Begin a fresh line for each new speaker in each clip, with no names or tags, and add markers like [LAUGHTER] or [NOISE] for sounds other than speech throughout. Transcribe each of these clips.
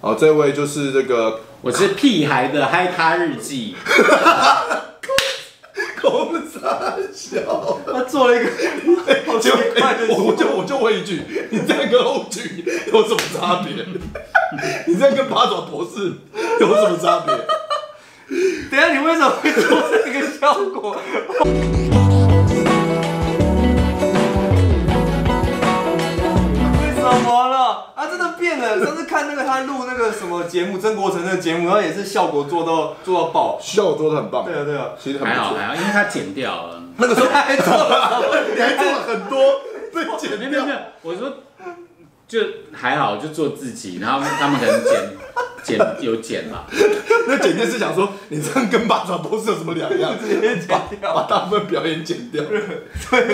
哦，这位就是这个
我是屁孩的嗨咖日记，
空傻笑，
他做了一个好奇怪的
我我就哎我就问一句，你这样跟欧剧有什么差别？你这样跟八爪博士有什么差别？
等一下，你为什么会做这个效果？为什么了？啊，真的变了！上次看那个他录那个什么节目，曾国成的节目，他也是效果做到做到爆。
效果做的很棒，
对啊，对啊，
其实很
[LAUGHS] 还
不
好
错。
还好，因为他剪掉了。 [LAUGHS]
那个时候 [LAUGHS] 还做了
你还做了很多被
没
剪
有没有没
掉，
有，我说就还好，就做自己，然后他们可能剪剪有剪 [LAUGHS] 嘛，
那剪接是想说你这样跟八爪博士有什么两 [LAUGHS] 样？
什么，也剪
把
掉。
大部分表演剪掉。
对，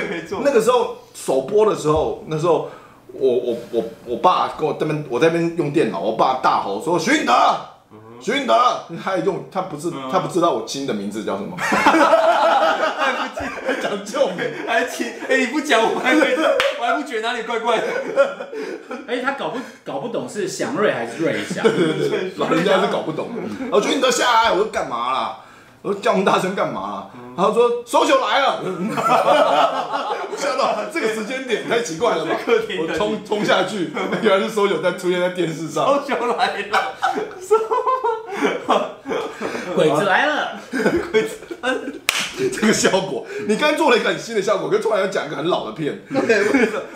没错。
那个时候首播的时候，那时候我我我我爸跟我这边我在那边用电脑，我爸大吼说：“徐允德，徐允德！”他还用他不是
嗯
他不知道我亲的名字叫什 [LAUGHS] 么，还讲旧名，
还请哎，你不讲我还会，我还不觉得哪里怪怪的。
而且哎他搞不搞不懂是祥瑞还是瑞祥，
老人家是搞不懂。然后徐允德下来，我说干嘛啦？我说叫我们大声干嘛啦？然后说搜球来了， [LAUGHS] 我想到这个时间点太奇怪了吧？我冲冲下去，原来是搜球在出现在电视上。
高雄来了，
[LAUGHS] 鬼子来了，
[LAUGHS] 这个效果，你刚才做了一个很新的效果，跟突然要讲一个很老的
[LAUGHS]
片，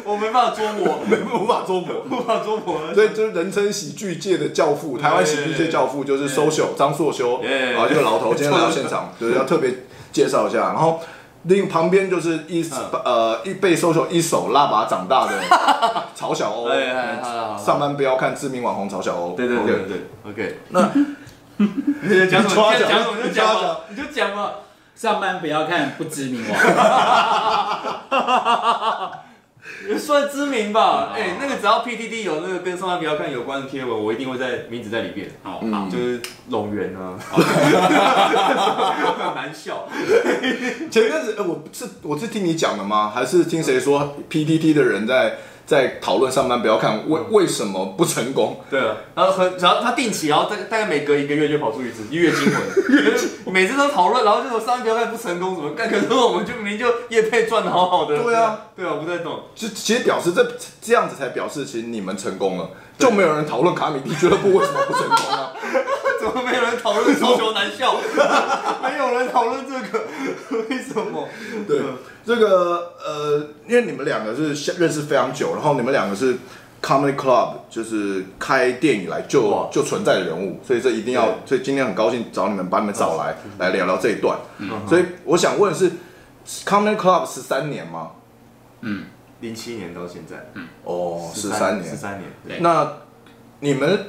我没办法捉摸，
没 [LAUGHS] 无法捉摸。
无法捉摸了。
所以就是人称喜剧界的教父，台湾喜剧界教父就是收秀张硕修，
对
啊，这个老头今天来到现
[LAUGHS]
场，就是要特别介绍一下。然后另旁边就是一
啊
呃一被收秀一手拉拔长大的
[LAUGHS]
曹小欧，
哎哎，好了好了。
上班不要看知名网红曹小欧，
对对对对，OK。
哦那
你在讲什么？
抓
你
脚
在讲什么？
抓脚，
你就讲嘛你就讲嘛。
上班不要看不知名 [LAUGHS] 网，
也算知名吧，哎、那个只要 PTD 有那个跟上班不要看有关的贴文，我一定会在名字在里面，
好
嗯
好，
就是龙源啊，难笑，
前阵子，呃我是我是听你讲的吗？还是听谁说 PTT 的人在在讨论上班不要看为为什么不成功？
[LAUGHS] 对啊，然后很，然后他定期，然后大概大概每隔一个月就跑出一次月经文，每次都讨论，然后就说上班不要看不成功怎么干，可是我们就明明就业配赚的好好的，
对啊，
对啊，我不太懂，
其其实表示这这样子才表示，其实你们成功了，就没有人讨论卡米蒂俱乐部为什么不成功啊？
[LAUGHS] 怎么没有人讨论足球难笑， [LAUGHS] 没有人讨论这个， [LAUGHS] 为什么？嗯
对，这个呃，因为你们两个是相认识非常久，然后你们两个是 Comedy Club，就是开店以来就
哇
就存在的人物，所以这一定要，所以今天很高兴找你们把你们找来来聊聊这一段。嗯
嗯
所以我想问的是，Comedy Club 十三年吗？
零七年到现在，
哦，十三年
十。三年，对
对
那你们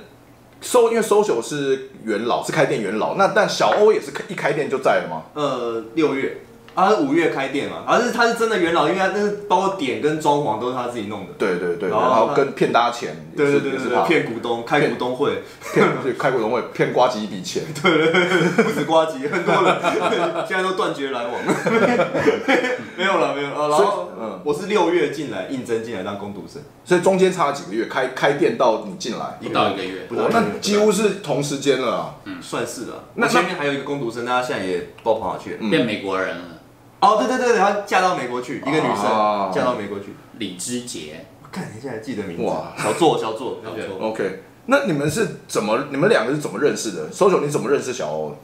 搜因为搜九是元老，是开店元老，那但小欧也是一开店就在了吗？
呃，六月，啊，他是五月开店嘛，而是他是真的元老，因为他那是包括点跟装潢都是他自己弄的。
对对对，
哦
然后跟骗大家钱，也
对
是
对对
也是
对
他
对，骗股东，开股东会，
骗对开股东会骗瓜吉一笔钱，
不止
[LAUGHS]
瓜吉，很多人 [LAUGHS] 现在都断绝来往。没有了，没有了。然
所以
后，
嗯
我是六月进来应征进来当工读生，
所以中间差了几个月，开开店到你进来，
不到一个月
不，到
哦
一个月
那几乎是同时间了啊。
算是的。
那
那前面还有一个工读生，但他现在也不知道跑哪去了。
嗯
变美国人了，
哦，对对对对，她嫁到美国去，一个女
哦
生嫁到美国去。
李知杰，
看，你现在记得名字
哇？
小作，小作，
小作
OK，那你们是怎么，你们两个是怎么认识的？搜九你怎么认识小欧的？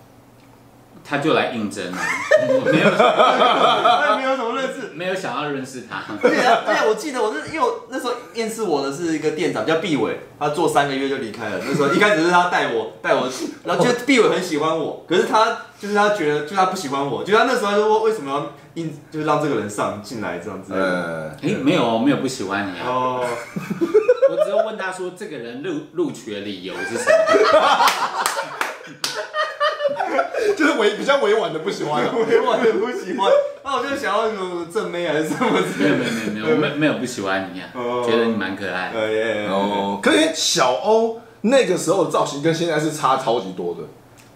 他就来应征了，我没有
啊那没有什么认识。
没有想要认识 [LAUGHS] 他，
而且而啊且我记得我是因为我那时候面试我的是一个店长叫毕伟，他做三个月就离开了。那 [LAUGHS] 时候一开始是他带我带我，然后就毕伟很喜欢我，可是他就是他觉得就是他不喜欢我，就是他那时候就问为什么要硬就是让这个人上进来这样子。
呃， [LAUGHS]
诶，没有没有不喜欢你啊，
哦，
我只有问他说这个人录录取的理由是什么，
就是委比较委婉的不喜欢啊。
委婉的不喜欢，那我就想要有正妹还是什么之
没
类
有没
的。
有没有没有我没有没有不喜欢你啊，
哦
觉得你蛮可爱的，
哎哎哎哎
哦，可是小欧那个时候的造型跟现在是差超级多的。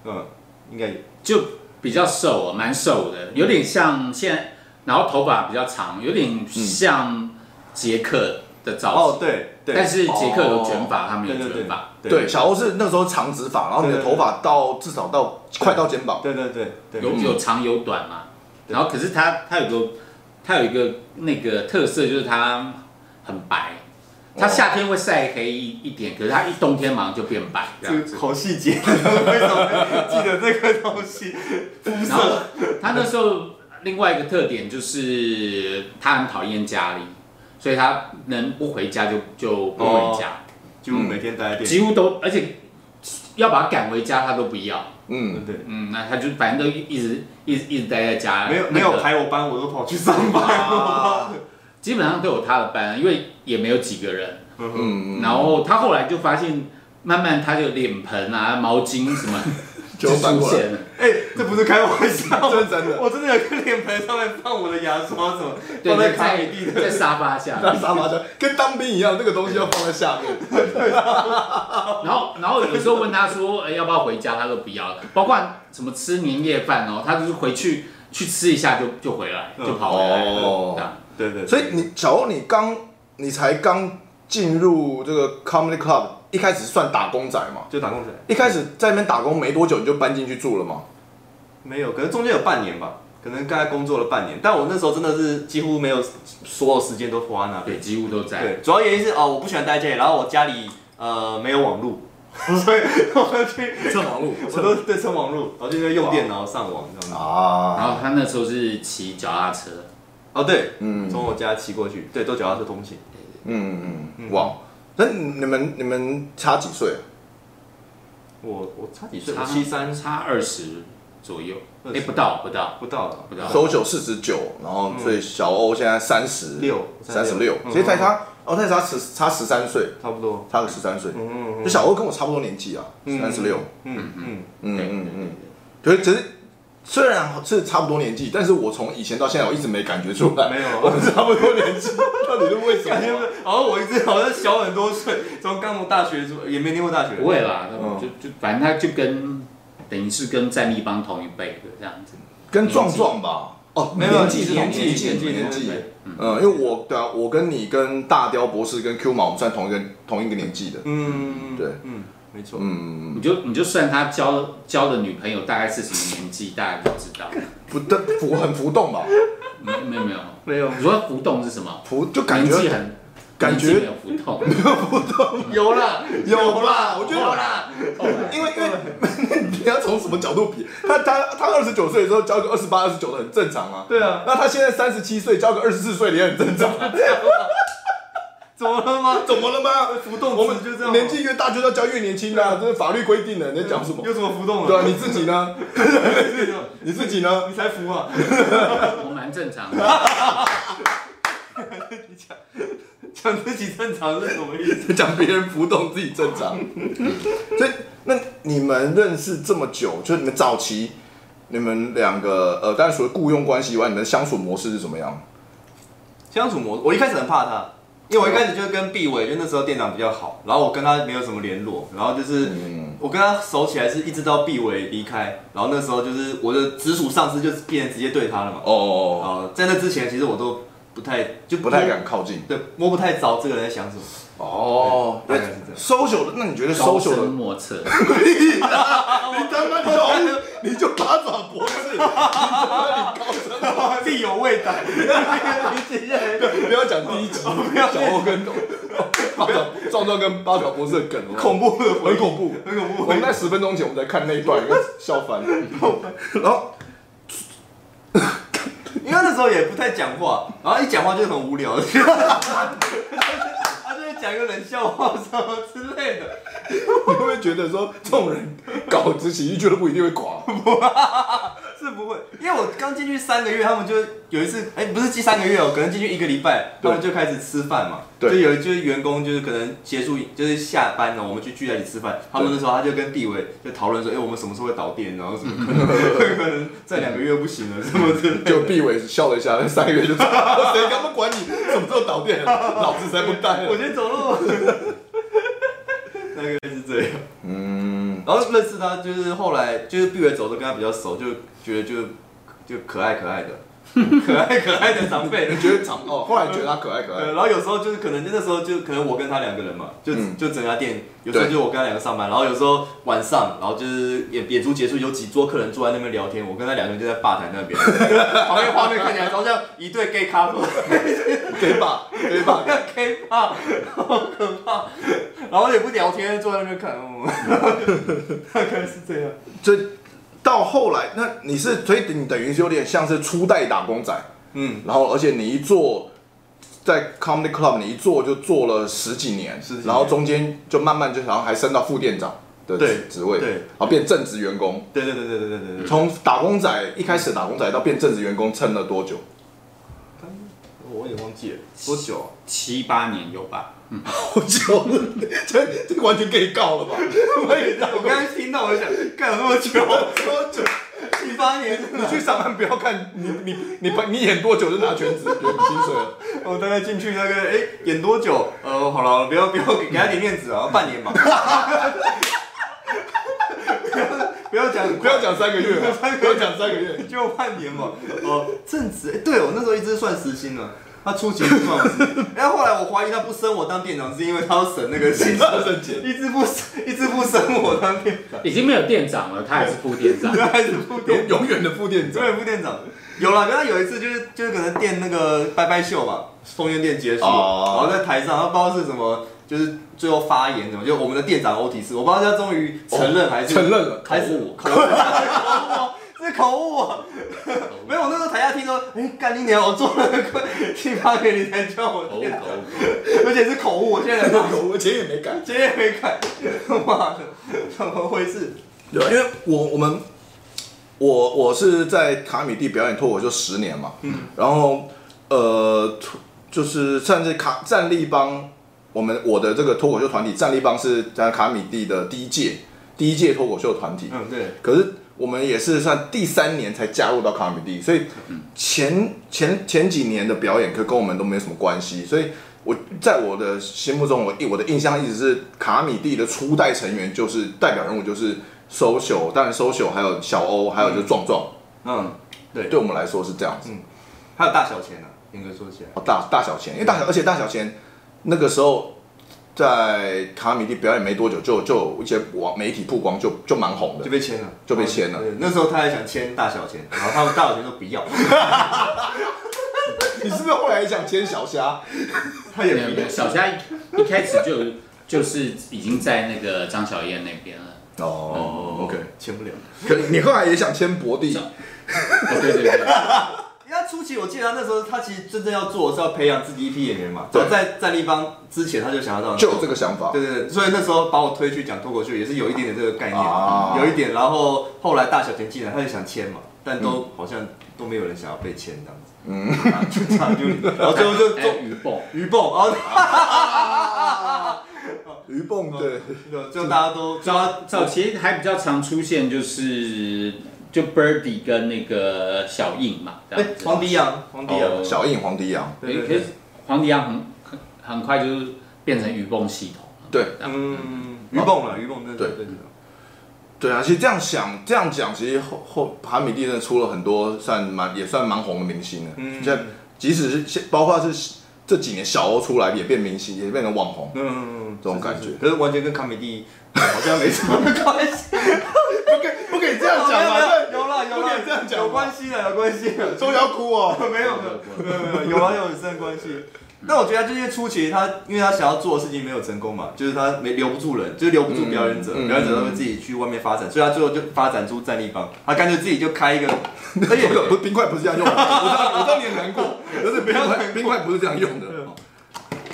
嗯，应该有
就比较瘦啊，蛮瘦的，有点像现在，然后头发比较长，有点像杰克的造
哦，
型，
对对，
但是捷克有
哦
卷发，他们有
对对
卷发，
对
对，小欧是那时候长直发，然后你的
对对
头发到至少到快到肩膀，
对对对对，嗯
有有长有短嘛。
对
然后可是他他有个他有一个那个特色就是他很白，他
哦
夏天会晒黑一一点，可是他一冬天马上就变白这样
这
子。
好细节，为什么会记得这个东西？肤
然后
色，
他那时候另外一个特点就是他很讨厌家里，所以他能不回家就就不回家，
几乎每天待在店
几
里，
乎都而且要把他赶回家他都不要。
嗯，
对，
嗯，那他就反正都一直一直一直待在家，
没有
那
没
个
有排我班，我都跑去上班
啊
了。
基本上都有他的班，因为也没有几个人。
嗯
[LAUGHS] 嗯，
然后他后来就发现，慢慢他的脸盆啊、毛巾什
[LAUGHS]
么
就翻
出
过来，
现了。
哎，这不是开玩笑，
这是真的
我真的有个脸盆上面放我的牙刷什么，
对，
放在
在
卡里地
在
的，
沙发下，
那沙发上跟当兵一样，那个东西要放在下面， [LAUGHS]
然后然后有时候问他说，哎，要不要回家，他都不要了。包括什么吃年夜饭哦，他就是回去去吃一下就就回来，
嗯
就跑回来了。
哦
这样
对对，对
所以你小欧，你刚你才刚进入这个 comedy club，一开始算打工仔嘛？
就打工仔
一开始在那边打工没多久，你就搬进去住了嘛？
没有，可能中间有半年吧，可能大概工作了半年，但我那时候真的是几乎没有所有时间都花那边。
对，几乎都在。
对，主要原因是哦，我不喜欢待在家里，然后我家里呃没有网络，所以我去
这忙碌
我都对上网络，然后就在用电脑上网这样子。
[LAUGHS] 然
啊，
后他那时候是骑脚踏车，
哦，对，
嗯
从我家骑过去，对，都脚踏车通勤。
嗯嗯，
嗯
哇！那你们你们差几岁？
我我差几岁？
差
我七三
差二十左右，
20
哎，不到不到
不到了，
不到。
手九四十九，然后所以小欧现在三十
六
三十六，
嗯
所以才差哦，才差十差十三岁，
差不多。
差个十三岁。
嗯
就小欧跟我差不多年纪啊，三十六。。
嗯嗯
嗯
对
嗯嗯。可是只是虽然是差不多年纪，但是我从以前到现在，我一直没感觉出来，
没有
嗯 [LAUGHS] 我们差不多年纪，到底是为
嗯，
什
[LAUGHS] 感觉
么？啊
好像我一直好像小很多岁，从刚从大学出也没念过大学。
不会啦，那
嗯
就就反正他就跟等于是跟战力帮同一辈的这样子。
跟壮壮吧，哦，
没有
年纪是同
年纪
年纪
年纪
年纪
年纪，
嗯，因为我对啊，我跟你跟大雕博士跟 Q 毛，我们算同一个同一个年纪的，
嗯，
对，
嗯，没错。
嗯，
你就你就算他交交的女朋友大概是什么年纪，大家就知道。
不但浮很浮动吧，
没没有没有，
没有，
你说浮动是什么？
浮就感
年纪
觉
很
感觉
年纪没有浮动，
[LAUGHS]
没有浮动，有啦
有啦，我觉
有
得。
啦，后来
因为因为 [LAUGHS] 你要从什么角度比？他他他二十九岁的时候交个二十八、二十九的很正常啊。
对啊
那他现在三十七岁交个二十四岁的也很正常，啊
怎么了吗？
怎么了吗？
浮动
我
词就这
们
样吗，
年纪越大就要交越年轻的、啊，这是法律规定的。你在讲什么？
有什么浮动啊？
对啊，你自己呢？
[LAUGHS] 你
你自己呢？
才浮啊！ [LAUGHS]
我蛮正常的，
你讲讲自己正常是什么意思？
讲别人浮动，自己正常。所以，那你们认识这么久，就是你们早期，你们两个呃，当然除了雇佣关系以外，你们的相处模式是怎么样？
相处模式，我一开始很怕他，因为我一开始就跟毕伟，就那时候店长比较好，然后我跟他没有什么联络，然后就是。
嗯，
我跟他熟起来是一直到毕伟离开，然后那时候就是我的直属上司就是变成直接对他了嘛。
哦哦哦，
哦、在那之前其实我都不太就
不太，敢靠近。
对，摸不太着这个人在 [LAUGHS] 想什么。
哦，
对大概是这样
social 的，那你觉得
高
social
深
的？
莫测。
你他妈你就你就八爪博士，
必有未 [LAUGHS] 逮，接下来
不要讲第一集，
不要
小欧跟八爪壮壮跟八爪博士的梗，哦
[LAUGHS] 恐怖的
很恐怖。
很恐怖
我们在十分钟前我们在看那一段，跟笑
[LAUGHS]
翻，然后
因为他那时候也不太讲话，然后一讲话就很无聊， [LAUGHS] 他就会讲一个冷笑话什么之类的。
你会不会觉得说这种人搞只喜剧俱乐部一定会垮？
是不会，因为我刚进去三个月，他们就有一次，哎、不是进三个月哦，可能进去一个礼拜，他
对
们就开始吃饭嘛。
对
就有就是员工就是可能结束就是下班了，我们去聚在一起吃饭。他们那时候他就跟地伟就讨论说，哎、我们什么时候会倒店，然后什么 [LAUGHS] 可能可能在两个月不行了什么之类的。
就毕伟笑了一下，那三个月就 [LAUGHS] 走了，谁他妈管你什么时候倒店，老子才不带
我
了。
先走喽。 [LAUGHS] 大概是这样。
嗯，
然后认识他，就是后来就是毕伟走的跟他比较熟，就觉得就就可爱可爱的，可爱可爱的长辈。
你觉得长哦，后来觉得他可爱可
呃，
爱，
然后有时候就是可能就那时候就可能我跟他两个人嘛，就、
嗯
就整家店，有时候
对
就我跟他两个上班，然后有时候晚上，然后就是演演出结束有几桌客人坐在那边聊天，我跟他两个人就在吧台那边， [LAUGHS] 旁边画面看起来好像一对 gay couple，
给吧给
好
吧，
像 gay 吧，好可怕，然后也不聊天，坐在那边看，嗯、 [LAUGHS] 大概是这样。
这到后来，那你是所以你等于是有点像是初代打工仔，
嗯，
然后而且你一做在 comedy club 你一做就做了十几年，
十几年
然后中间就慢慢就然后还升到副店长的
对
职职位，
对
然后变正职员工。
对对对对对对对对，
从打工仔一开始打工仔到变正职员工，撑了多久？
我也忘记了多久、啊。
七八年有吧？
好久，这这完全可以告了吧？我也让
我刚才听到，我就想干了那么久，
多久？
七八年，
你去上班不要看你你你你演多久就拿全职有薪水了。
我大概进去大概哎、演多久？呃，好了，不要不要给给他点面子啊，半年吧。不要讲
不要讲三个月，不要讲三个月。
就半年嘛。哦、正职、哎对我那时候一直算时薪呢。他初期是算时薪，然后后来我怀疑他不升我当店长，是因为他要省那个薪水，
省钱
一直不升，一直不升我当店长，
已经没有店长了，他还是副店长。
对，还是不
永永远的副店长
对，副店长有了，跟他有一次就是就是可能店那个拜拜秀嘛，风月店结束，
哦
然后在台上，他不知道是什么，就是最后发言什么，就我们的店长欧提斯，我不知道他终于承认还是、
哦承认了，
还是口误， [LAUGHS] 口误啊，是口误啊！没有，我那时候台下听说，哎，干你娘，我做了快七八个月你才叫我
狗
店
狗
哦
长，而且是口误， [LAUGHS] 我现在才发现
我钱也没改。
今天没改， [LAUGHS] 妈的，怎么回事？
对，啊因为我我们我我是在卡米蒂表演脱口秀十年嘛，
嗯
然后呃，突就是算是卡战力帮我们我的这个脱口秀团体战力帮是在卡米蒂的第一届第一届脱口秀团体，
嗯，对，
可是我们也是算第三年才加入到卡米蒂，所以前前前几年的表演可跟我们都没有什么关系，所以我在我的心目中，我我的印象一直是卡米蒂的初代成员就是代表人物就是 social，当然 social 还有小欧，还有就是壮壮，
嗯，对，
对我们来说是这样子。
还有大小钱呢、啊，严格说起来。
哦，大大小钱，因为大小，而且大小钱那个时候在卡米蒂表演没多久就，就有一些网媒体曝光就，就蛮红的
就。被签了，哦
就被签了
对，那时候他还想签大小签，然后他们大小签说不要， [LAUGHS]
你是不是后来也想签小虾？
他也
没有
不
没
要
有，。小虾一一开始就就是已经在那个张小燕那边了。
哦，OK。
签不了。
可你 [LAUGHS] 后来也想签嗯博弟，
哦，对对对，
因为他初期我记得他那时候他其实真正要做的是要培养自己一批演员嘛，
对
早在战立邦之前他就想要这样
就
做，
有这个想法。
对对对，所以那时候把我推去讲脱口秀也是有一点点这个概念，
啊
有一点。然后后来大小钱进来他就想签嘛，但都、好像都没有人想要被签这样子，嗯， [LAUGHS] 就差丢脸。然后最后就
还有
做
鱼蹦，
鱼蹦，然后
鱼啊蹦对，
就大家都
早早期还比较常出现就是就 Birdy 跟那个小印嘛，这
哎
样子。
黄迪阳，黄迪阳
哦。
小印黄帝阳，
对
对，可
对对
是黄迪阳很很很快就是变成鱼蹦系统了。
对
这样，
嗯，鱼蹦了，鱼蹦真的
对
对对。
对啊，其实这样想这样讲，其实后后卡米蒂真的出了很多算蛮也算蛮红的明星的，
嗯
像即使是现包括是这几年小欧出来也变明星，也变成网 [LAUGHS] 红，
嗯，
这种感觉
是是是可是完全跟卡米
[LAUGHS]
蒂好像没什么关系。
不可以不可以这样
[LAUGHS] 没
讲
有没
嘛？
有有啦有
不
啦
可以，这样讲吧
有关系的，有关系的。
周瑶哭哦，
[LAUGHS] 没有没有没有没有有啊有很深
[LAUGHS]
关系。但我觉得他就是初期他，因为他想要做的事情没有成功嘛，就是他没留不住人，就是留不住表演者，
嗯嗯
表演者他们自己去外面发展，所以他最后就发展出战力帮，他干脆自己就开一个，而且
[LAUGHS] 不冰块不是这样用的，我知 [LAUGHS] 道我知道你很难过，可是冰
[LAUGHS]
块冰块不是这样用的，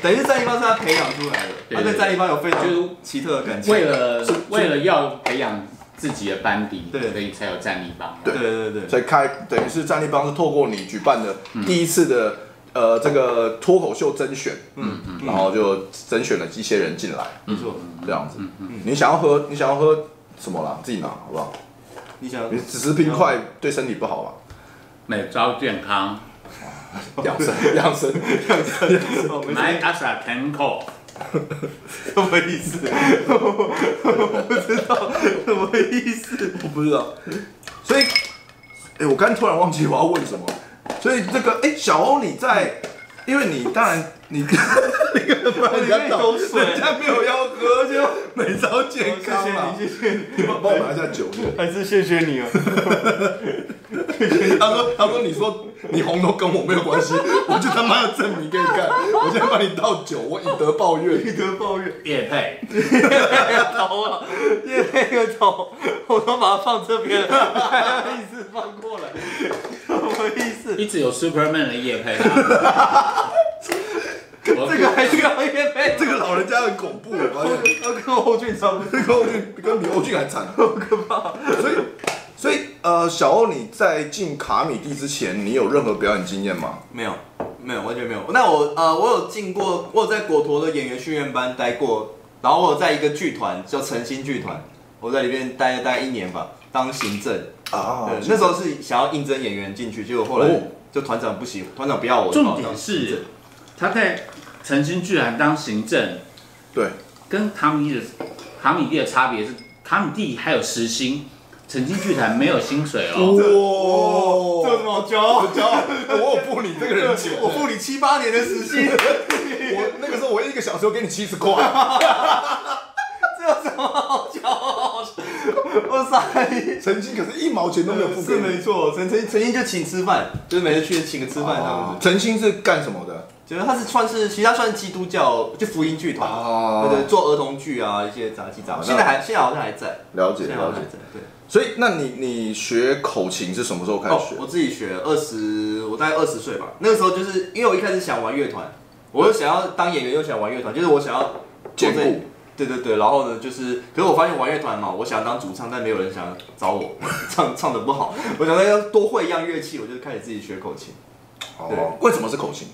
等于是战力帮是他培养出来的，
对
他对战力帮有非常
就是
奇特的感情。
为了为了要培养自己的班底，
对
所以才有战力帮。
对
对对对对，
所以开等于是战力帮是透过你举办的第一次的、呃这个脱口秀甄选，
嗯嗯
然后就甄选了一些人进来，
没错。
这样
嗯
子。你想要喝，你想要喝什么啦？自己拿好不好？
你想
你只吃冰块对身体不好吧？
每招健康，
养生，养生。
[LAUGHS] 哦，没
买阿萨腾口，
什么意思，我不知道什么意思。
我不知道。所以，哎、我刚突然忘记我要问什么。所以这个哎、小欧你在，因为你当然你 [LAUGHS] 你根本不要懂，
我以为口水哎
人家没有要喝就没招健康了。
谢谢你，
你帮帮我拿一下
[LAUGHS]
酒。
还是谢谢你哦。
他说他说你说你红都跟我没有关系，我就他妈的证明给你看，我现在帮你倒酒，我以德报怨。
[LAUGHS] 一德抱怨，
叶
[LAUGHS]
配，
头啊，叶配个头，我都把它放这边了，还要一直放过来，什么意思？
一直有 Superman 的叶
[LAUGHS]
配啊。
这
我
个还需要叶配？
这个老人家很恐怖，我发现。
要跟欧俊差不多。
这个欧俊跟比欧俊还惨，好可怕。所以，所以呃，小欧，你在进卡米蒂之前，你有任何表演经验吗？
没有，没有，完全没有。那我呃，我有进过，我有在果陀的演员训练班待过，然后我有在一个剧团叫诚心剧团，我在里面待了大概一年吧，当行政。
啊
对，那时候是想要应征演员进去，结果后来
哦
就团长不喜，团长不要我。
重点是他在曾经居然当行政，
对，
跟卡米蒂的卡米蒂的差别是，卡米蒂还有时薪，曾经剧团没有薪水哦。
这有什
哇，
么好骄傲？
骄傲，我有付你这个人钱，
[LAUGHS] 我付你七八年的时薪，
我那个时候我一个小时我给你七十 [LAUGHS] 块，
这有什么好骄傲的？我傻逼。
曾经可是一毛钱都没有付给
是
你。
没错，陈陈陈英就请吃饭，就是每次去请个吃饭这样子
啊。陈星是干什么的？
就是他是算是，其实他算是基督教，就福音剧团，
哦
对对，做儿童剧啊，一些杂七杂八。
那
现在还现在好像还在，
了解
现在好
了
像
解
还。在。对，
所以，那你你学口琴是什么时候开始
哦
学，
我？自己学二十，我大概二十岁吧。那个时候就是因为我一开始想玩乐团，我又想要当演员，又想玩乐团，就是我想要做
兼
这
顾。
对对对，然后呢，就是，可是我发现玩乐团嘛，我想当主唱，但没有人想找我，唱唱的不好。我想要多会一样乐器，我就开始自己学口琴。
哦，为什么是口琴？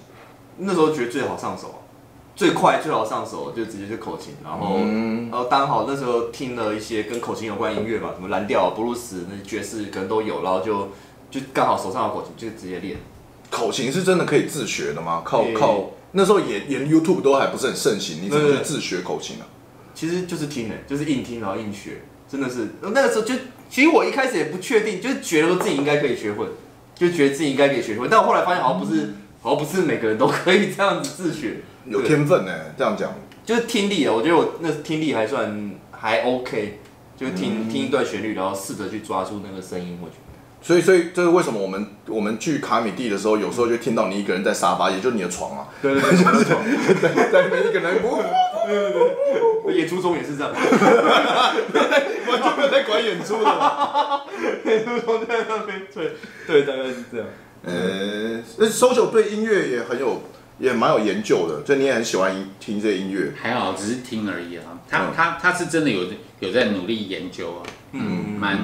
那时候觉得最好上手啊，最快最好上手就直接就口琴，然后、
嗯
然后当好那时候听了一些跟口琴有关的音乐嘛，什么蓝调、布鲁斯、那些爵士可能都有，然后就就刚好手上有口琴就直接练。
口琴是真的可以自学的吗？靠
诶
靠，那时候也连 YouTube 都还不是很盛行，你怎么
对
去
对
自学口琴啊？
其实就是听诶、就是硬听然后硬学，真的是那个时候就其实我一开始也不确定，就是觉得自己应该可以学会，就觉得自己应该可以学会，但我后来发现好像不是、好像不是每个人都可以这样子自学，
有
对
天分呢、这样讲。
就是听力啊，我觉得我那听力还算还 OK，就是听、听一段旋律，然后试着去抓住那个声音，我觉得。
所以，所以这是为什么我们我们去卡米蒂的时候，有时候就听到你一个人在沙发，也就是你的床啊，
对对对，没错，
在那边一个人，我
我演出中也是 [LAUGHS] 这样，
完全没有在管演出的。
演出中在那边吹，对，大概是这样。
[LAUGHS] 呃，那 social 对音乐也很有，也蛮有研究的，所以你也很喜欢音听这些音乐。
还好，只是听而已啊。他、
嗯
他他是真的有有在努力研究啊，嗯，蛮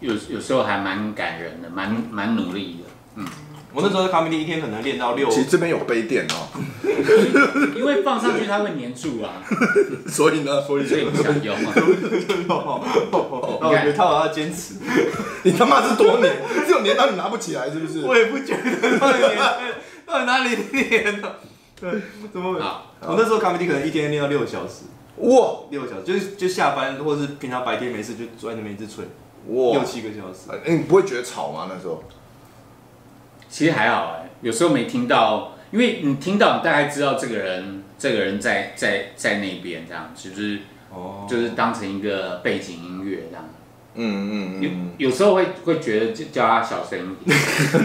有有时候还蛮感人的，蛮蛮努力的。
我那时候在卡米蒂一天可能练到六，
其实这边有杯垫哦， [LAUGHS]
因为放上去它会粘住啊，
所以呢，所
所以不想用啊。
[LAUGHS] 那我觉得哦他好像坚持，
[LAUGHS] 你他妈是多年，只有年到你拿不起来，是不是？
我也不觉得到底练到底哪里练的，对，怎么会？
好
我那时候卡米蒂可能一天练到六小时，
哇
六小时就是就下班或者是平常白天没事就坐在那边一直吹，六
哇，
七个小时。
哎你不会觉得吵吗？那时候？
其实还好哎、有时候没听到，因为你听到，你大概知道这个人，这个人在在在那边这样，就是
哦
就是当成一个背景音乐这样。
嗯嗯嗯。
有有时候会会觉得就叫他小声一点，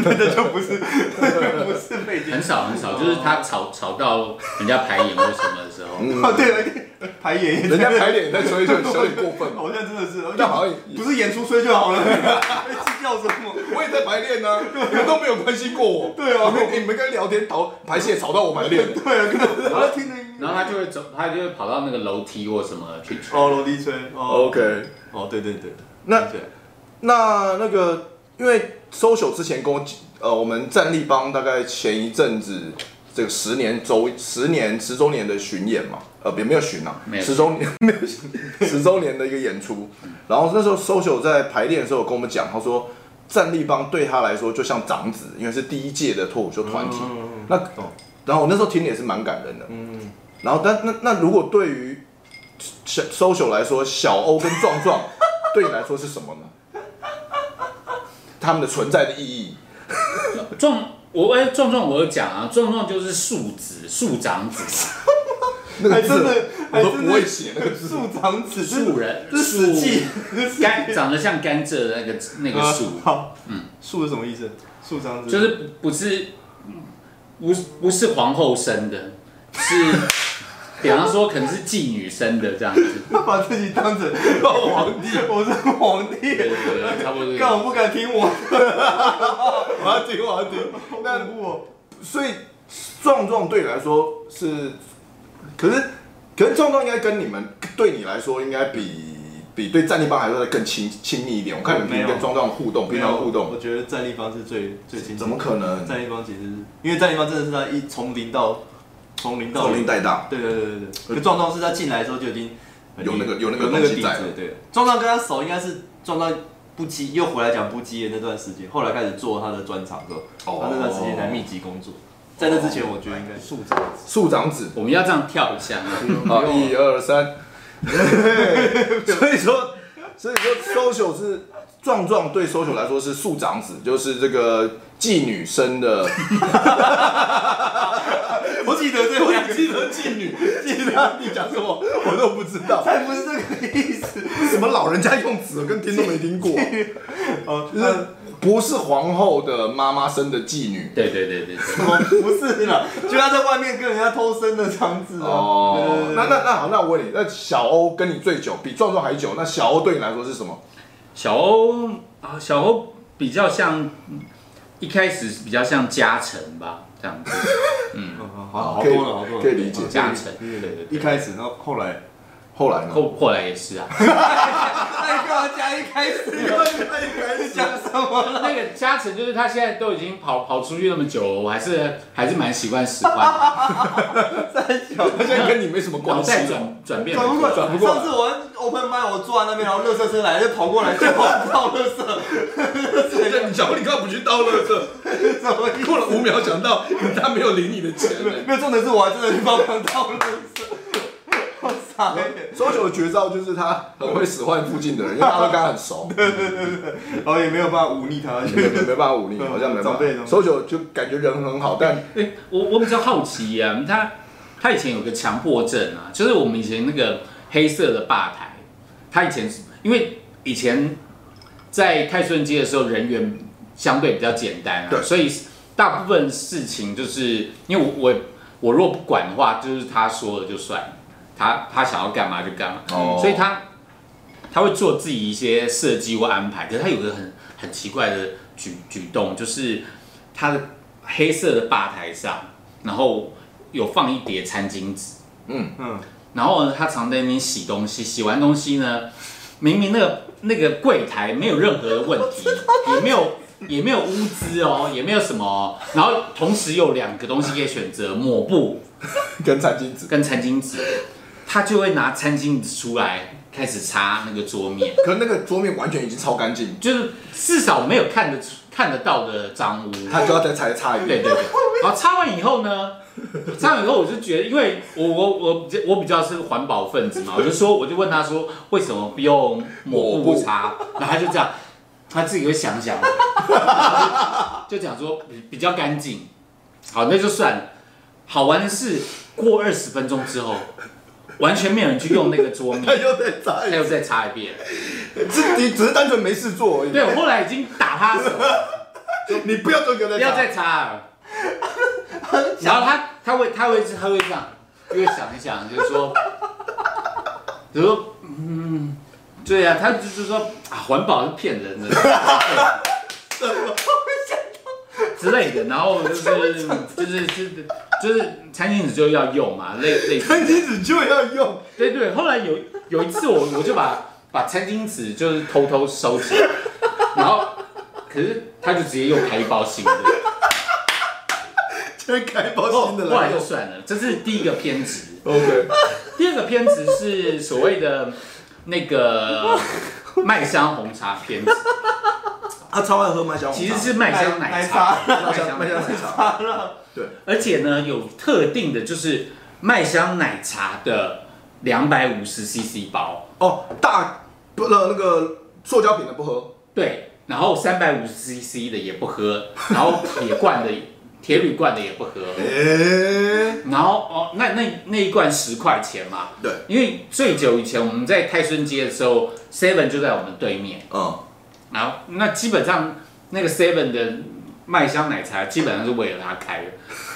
那就不是， [LAUGHS] 那就不是背景
很。少很少，就是他吵吵到人家排演或什么的时候，
哦，对了，排演也
[LAUGHS] 嗯人家
[LAUGHS]
排脸也在吹，就有点过分。
好像真的是，
但好像
不是演出吹就好了， [LAUGHS] 计较什么？
我也在排练呢、你们都没有关心过我。
对啊
你们你们跟聊天讨排泄吵到我排练，
对啊，跟我要听着音
然
乐。
后他就会走，他就会跑到那个楼梯或什么去吹。
哦，楼梯吹。哦
OK
哦，对对对。
那
对
那那个，因为 social 之前跟我呃，我们战力帮大概前一阵子这个十年周十年十周年的巡演嘛，呃，也没有巡啊
没，有
十周年 [LAUGHS] 没有巡十周年的一个演出。然后那时候 social 在排练的时候有跟我们讲，他说战力帮对他来说就像长子，因为是第一届的脱口秀团体。
嗯
那
懂
然后我那时候听也是蛮感人的。
嗯，
然后但那那如果对于小 social 来说，小欧跟 [LAUGHS] 壮壮对你来说是什么呢？他们的存在的意义，
壮，我哎壮壮我有讲啊，壮壮就是庶子、庶长子、
[LAUGHS] 那个
还
字
真的，
我
还
都
哎真
不
的
会写那个字。
树长子，
庶人、
这是《史记
庶》甘长得像甘蔗的那个那个
啊
庶，
好，嗯，树是什么意思？树长子
就是不是不是不是皇后生的，是比方说可能是妓女生的这样子，
他 [LAUGHS] 把自己当
[LAUGHS]
成皇帝，我是皇
对
帝，
对对，差不多这
干
个。
我不敢听我，
[LAUGHS] 我要听，我要听。那
恐怖哦
所以壮壮对你来说是，可是可是壮壮应该跟你们对你来说应该比比对战力帮来说更亲亲密一点。我看你们平时
哦没有
跟壮壮互动，平
没
常
有
互动
我觉得战立方是最最亲近的，
怎么可能
战立方其实是因为战立方真的是他一从零到从零到
从零带大？
对对对对对，可壮壮是他进来的时候就已经很
有那个有那个
有那
东
个
西
底
在
子，对。壮壮跟他熟应该是壮壮不羁，又回来讲不羁的那段时间，后来开始做他的专场之后，
哦
他那段时间才密集工作。在那之前，我觉得应该素质
树长子，
我们要这样跳一下啊，
好，一二三。 [LAUGHS] 所以说，所以说，social 是壮壮对 social 来说是树长子，就是这个妓女生的，
我记得这两个，
记得 [LAUGHS] 妓女，记得你讲什么 [LAUGHS] 我都不知道，
[LAUGHS] 才不是这个意思。
什么老人家用词我跟听都没听过， [LAUGHS]
哦，
就
那
是不是皇后的妈妈生的妓女。
对对对对对，
我不是啦，就他在外面跟人家偷生的长子啊。
哦，
对
那那那好，那我问你，那小欧跟你最久，比壮壮还久，那小欧对你来说是什么？
小欧啊，小欧比较像一开始比较像嘉诚吧，这样子，
嗯好好
可以
多了，好多了，
可以理解
嘉诚，
对
对
对
对
对，
对，
一开始，然后后来，
后来呢？
后后来也是啊，
哎，干嘛加一开始？
开始
讲什 [LAUGHS] 么？
那个嘉诚就是他现在都已经跑跑出去那么久了，我还是还是蛮习惯使唤 [LAUGHS] 的，
三小。
他 [LAUGHS] 现在跟你没什么
脑
关系
袋。转转变
转不
很多，
过来，
转不过来
上次我玩 open m i 我坐在那边，然后乐色车来就跑过来，就倒乐色，
对，你小欧，你干嘛不去倒垃圾？
什么意
过了五秒想到他没有领你的钱
思？没有重点是我还真的去帮忙倒乐色，我傻眼。
周九的绝招就是他很会使唤附近的人，因为大家都跟他很熟，
然后也没有办法忤逆他，
没没办法忤逆，好像没办
长辈呢
法。周九就感觉人很好，但
哎、我我比较好奇啊，他他以前有个强迫症啊，就是我们以前那个黑色的吧台，他以前是因为以前在泰顺街的时候人员相对比较简单啊，
对
所以大部分事情就是因为我我我若不管的话，就是他说了就算了，他他想要干嘛就干嘛，
哦
所以他他会做自己一些设计或安排，可是他有个很很奇怪的举举动，就是他的黑色的吧台上，然后有放一叠餐巾纸，
嗯，
然后呢，他常在那边洗东西，洗完东西呢，明明那个那个柜台没有任何的问题，也没有也没有污渍哦，也没有什么哦、然后同时有两个东西可以选择，抹布
跟餐巾纸，
跟餐巾纸，他就会拿餐巾纸出来开始擦那个桌面，
可那个桌面完全已经超干净，
就是至少没有看得出看得到的脏污。
他就要再擦擦一
对
遍。
对对，然后擦完以后呢，擦完以后我就觉得，因为我我我比较我比较是环保分子 [LAUGHS] 嘛，我就说我就问他说为什么不用抹布擦，然后他就这样，他自己会想 [LAUGHS] 想，就讲说比比较干净，好那就算了。好玩的是过二十分钟之后，完全没有人去用那个桌
他
面，
又再擦一
他
遍，
又再擦一遍。
只你只是单纯没事做而已。
对我后来已经打他手了。
你不要再给我
不
再
要
擦。
再擦了。然后他他会他会他会这样，就会想一想，就是说，就说嗯，对呀、啊，他就是说啊，环保是骗人的，之类的。然后就是就是就是就是餐巾纸就要用嘛，类类似
餐巾纸就要用，
对对，后来有有一次我我就把把餐巾纸就是偷偷收起来，然后可是他就直接又开一包新的。
先开包新的
后
来
来就
用。
算了，这是第一个偏执。
OK，
第二个偏执是所谓的那个麦香红茶 [LAUGHS] 偏执，
[LAUGHS] 他超爱喝麦香红茶
其实是麦香奶茶，
麦香麦香奶茶，
完 [LAUGHS] 了，
而且呢有特定的，就是麦香奶茶的两百五十 CC 包，
哦，大不呃那个塑胶瓶的不喝，
对，然后三百五十 CC 的也不喝，然后铁罐的、铁铝罐的也不喝，
哎，
然后哦，那那那一罐十块钱嘛，
对，
因为最久以前我们在泰顺街的时候，Seven 就在我们对面，
嗯，
然后那基本上那个 Seven 的麦香奶茶基本上是为了他开的，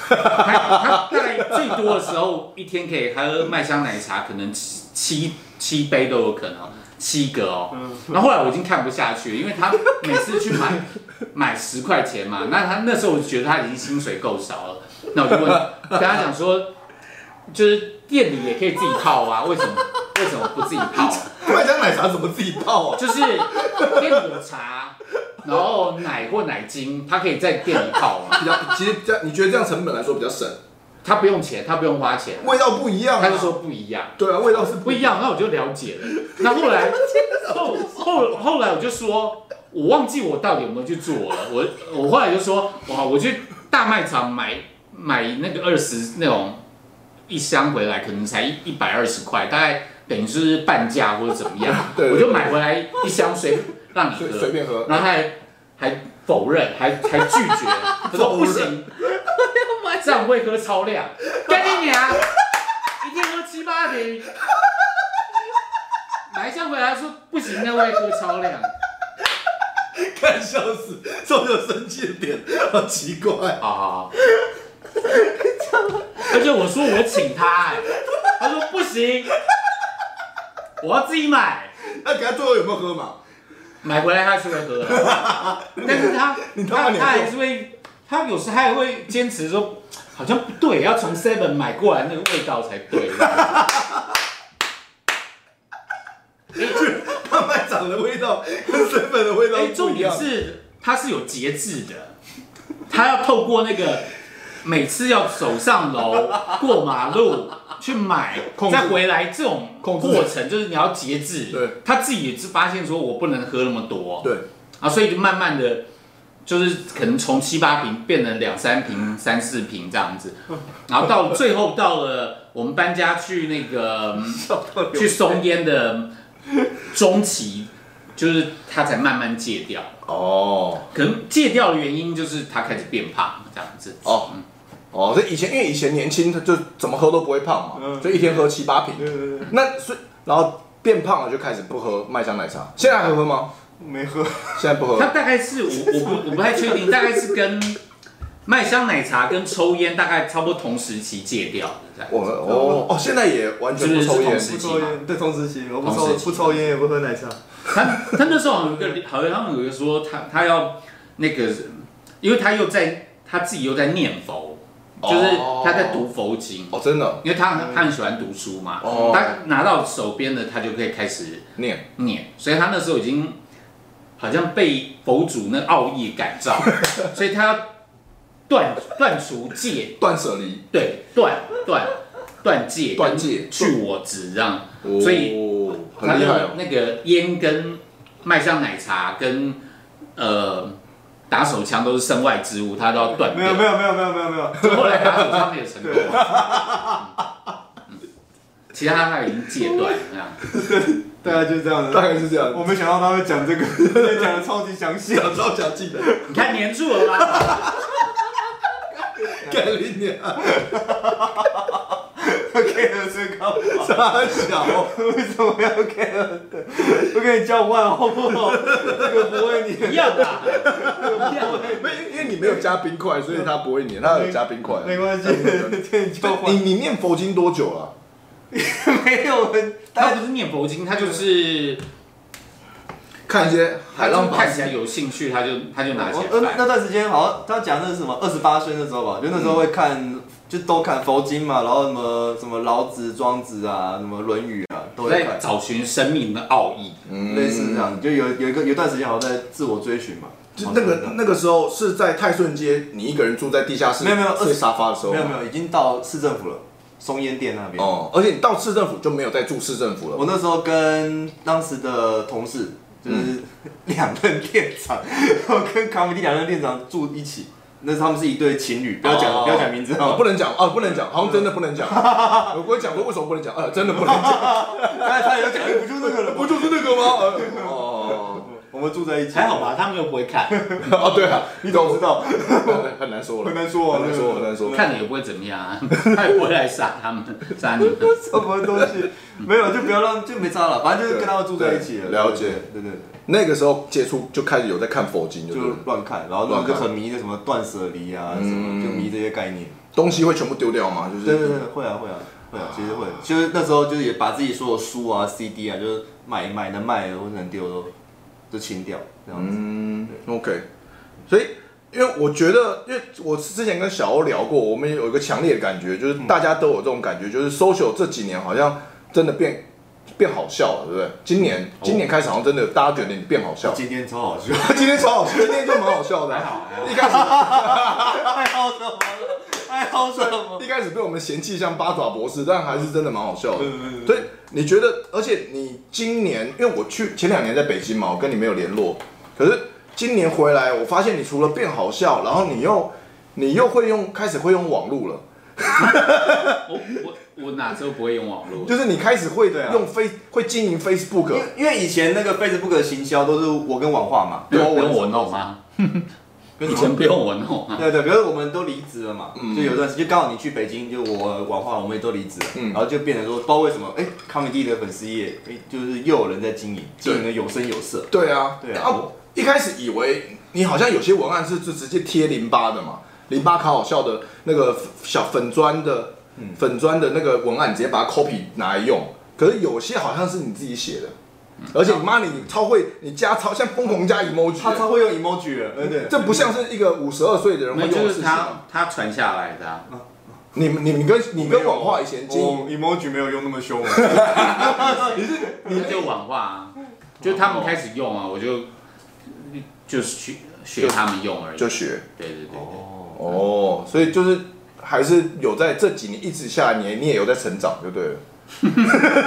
他他大概最多的时候一天可以喝麦香奶茶，可能七七七杯都有可能，七个哦。然后后来我已经看不下去了，因为他每次去买买十块钱嘛，那他那时候我就觉得他已经薪水够少了，那我就问跟他讲说，就是店里也可以自己泡啊，为什么为什么不自己泡？啊
麦香奶茶怎么自己泡啊？
就是店里有茶，然后奶或奶精，他可以在店里泡嘛，
比较，其实比较，你觉得这样成本来说比较省，
他不用钱，他不用花钱，
味道不一样、啊。
他就说不一样，
对啊，味道是
不一样，那我就了解了。那
[LAUGHS]
后来后后后来我就说，我忘记我到底有没有去做了，我我后来就说，哇，我去大卖场买买那个二十那种一箱回来，可能才一百二十块，大概等于是半价或者怎么样，
对对
我就买回来一箱随让你
随
喝
随。便喝。
然后他还还否认，还还拒绝，他说不行，这样会喝超量，干你娘，一天喝七八瓶，买一箱回来说不行，那会喝超量。
看笑死，这么有生气的点，好奇怪。
好好好，而且我说我请他、哎，他说不行，我要自己买，
那给他最后有没有喝嘛？
买回来他还是会喝的，
[LAUGHS]
但是他
你他妈
他
脸
他还是会，他有时还会坚持说，好像不对，要从 Seven 买过来那个味道才
[LAUGHS]
对。
他卖场的味道跟身份的味道
哎、
不
重
一
点
样。
是他是有节制的，他要透过那个每次要走上楼、过马
[LAUGHS]
路去买
控，制
再回来这种
控制
过程，就是你要节制。
对，
他自己也是发现说我不能喝那么多，
对，
啊，所以就慢慢的，就是可能从七八瓶变成两三瓶、三四瓶这样子，然后到最后到了我们搬家去那个嗯去松烟的中期，就是他才慢慢戒掉。
哦
可能戒掉的原因就是他开始变胖这样子。
哦哦，所以以前因为以前年轻，他就怎么喝都不会胖嘛，
嗯
就一天喝七八瓶。
对对，
那所以然后变胖了就开始不喝麦香奶茶，现在还喝吗？
没喝，
现在不喝
他。大概是我我不我不太确定，大概是跟麦香奶茶跟抽烟大概差不多同时期戒掉的这样。
我哦哦，现在也完全不
是不
抽
是
烟
同。时
不抽烟，对，同时期，我不
同
抽
时期
不抽烟也不喝奶茶，
他他那时候好像有一个，好像有一个说他他要那个，因为他又在他自己又在念佛，就是
哦
他在读佛经，
哦，真的
因为他他很喜欢读书嘛，
哦
他拿到手边的他就可以开始
念
念，所以他那时候已经好像被佛祖那奥义
[LAUGHS]
感召，所以他要断断除戒，
断舍离
对断断断戒跟
断戒
去我执这样，
哦
所以
很
他
厉
用
害哦。
那个烟跟麦香奶茶跟呃打手枪都是身外之物，他都要断
没有没
掉。
有没有没有没有没有，
就后来打手枪也成功了，嗯嗯其他他已经戒断了这样。
大概就是这样
大
子。
概是这样，
我没想到他会讲这个， [LAUGHS] 也讲的超级详 [LAUGHS] 细。
讲到讲记得，
你看黏住了吧？
干你娘！
care 身高，
傻小，
为什么要 care？我跟你交换好不好？这个不会
一
你，
样啊，一样啊。
没因为你没有加冰块，所以他不会粘，他有加冰块。
没关系，跟你交
对你
换
你念佛经多久了？
没有人，
他
他
不是念佛经，他就是
看一些海浪
看起来有兴趣，他就他就拿起
我
来
呃那
翻。
段时间好像他讲的是什么二十八岁那时候吧，就那时候会看，就都看佛经嘛，然后什么什么老子、庄子啊，什么《论语》啊，都
我
会
在
看，
找寻生命的奥义。
类似这样，就有有一个有一段时间好像在自我追寻嘛。
嗯就那个那个时候是在泰顺街，你一个人住在地下室，
没有没有
睡沙发的时候，
没有没有，已经到市政府了，松烟店那边。
嗯哦，而且你到市政府就没有再住市政府了。
我那时候跟当时的同事，
嗯
就是 [LAUGHS] 两任店长，我跟卡米蒂两任店长住一起，那是他们是一对情侣，不要讲、
哦
不要讲名字
哦
哦，
不能讲哦，不能讲，好像真的不能
[LAUGHS]
讲。我跟你讲过为什么不能讲，呃，真的不能讲，
刚才差点要讲，哎不就那个了吗？
不就是那个吗？呃哦，
[LAUGHS] 我们们住在一起，
还好吧，他们又不会看，
哦，对啊，你怎么知道？很难说了，
很难说啊
很难说，很难说。
看了也不会怎么样啊， [LAUGHS] 他也不会来杀他们，杀你们。
[LAUGHS] 什么东西？没有，就不要让，就没差了，反正就是跟他们住在一起
对了解
对对
那个时候接触就开始有在看佛经，
对，
就
就是乱看，然后
乱
就
看
很迷那什么断舍离啊，什么就迷这些概念。
东西会全部丢掉吗？就是
对对对，会啊会啊会啊，其实会，就是那时候就是也把自己所有书啊、CD 啊，就是买一卖能卖的或者能丢都都清掉，这样子。
嗯，OK，所以因为我觉得，因为我之前跟小欧聊过，我们有一个强烈的感觉，就是大家都有这种感觉，就是 social 这几年好像真的变变好笑了，对不对？今年今年开始好像真的大家觉得你变好笑，
今天超好笑， [LAUGHS]
[LAUGHS] 今天超好笑，今天就蛮好笑的，还好，一开始
爱好什么了？爱好什么？
一开始被我们嫌弃像八爪博士，但还是真的蛮好笑的
对对对。
对，你觉得？而且你今年，因为我去前两年在北京嘛，我跟你没有联络。可是今年回来，我发现你除了变好笑，然后你又你又会用，开始会用网络了，
我我我哪时候不会用网络？
就是你开始会
对啊
用 Face，会经营 Facebook
因为。因为以前那个 Facebook 的行销都是我跟网化嘛，
不
然后
用我
[LAUGHS]
弄啊，
跟
以
你
前不用我弄啊。
对对，比如我们都离职了嘛，就有段时间就刚好你去北京，就我王化我们也都离职了，
嗯
然后就变成说，不知道为什么，哎，comedy 的粉丝业，哎，就是又有人在经营，经营的有声有色。
对啊，
对啊我
一开始以为你好像有些文案是就直接贴淋巴的嘛，淋巴卡好笑的那个小粉砖的、
嗯
粉砖的那个文案，直接把它 copy 拿来用。可是有些好像是你自己写的，
嗯
而且妈你超会，你加超像疯狂加 emoji，
他超会用 emoji 了，对对，
这不像是一个五十二岁的 [LAUGHS] 人
那
会用的
就
事
是
情
他
啊。嗯
他传下来的啊，
你你你跟你跟广化以前经营，
我 emoji 没有用那么凶啊，啊
[LAUGHS]
那就网话啊，就他们开始用啊，我就就是去学他们用而已。
就
对
学
对对对，
哦，所以就是还是有在这几年一直下来，你也你也有在成长，就对了。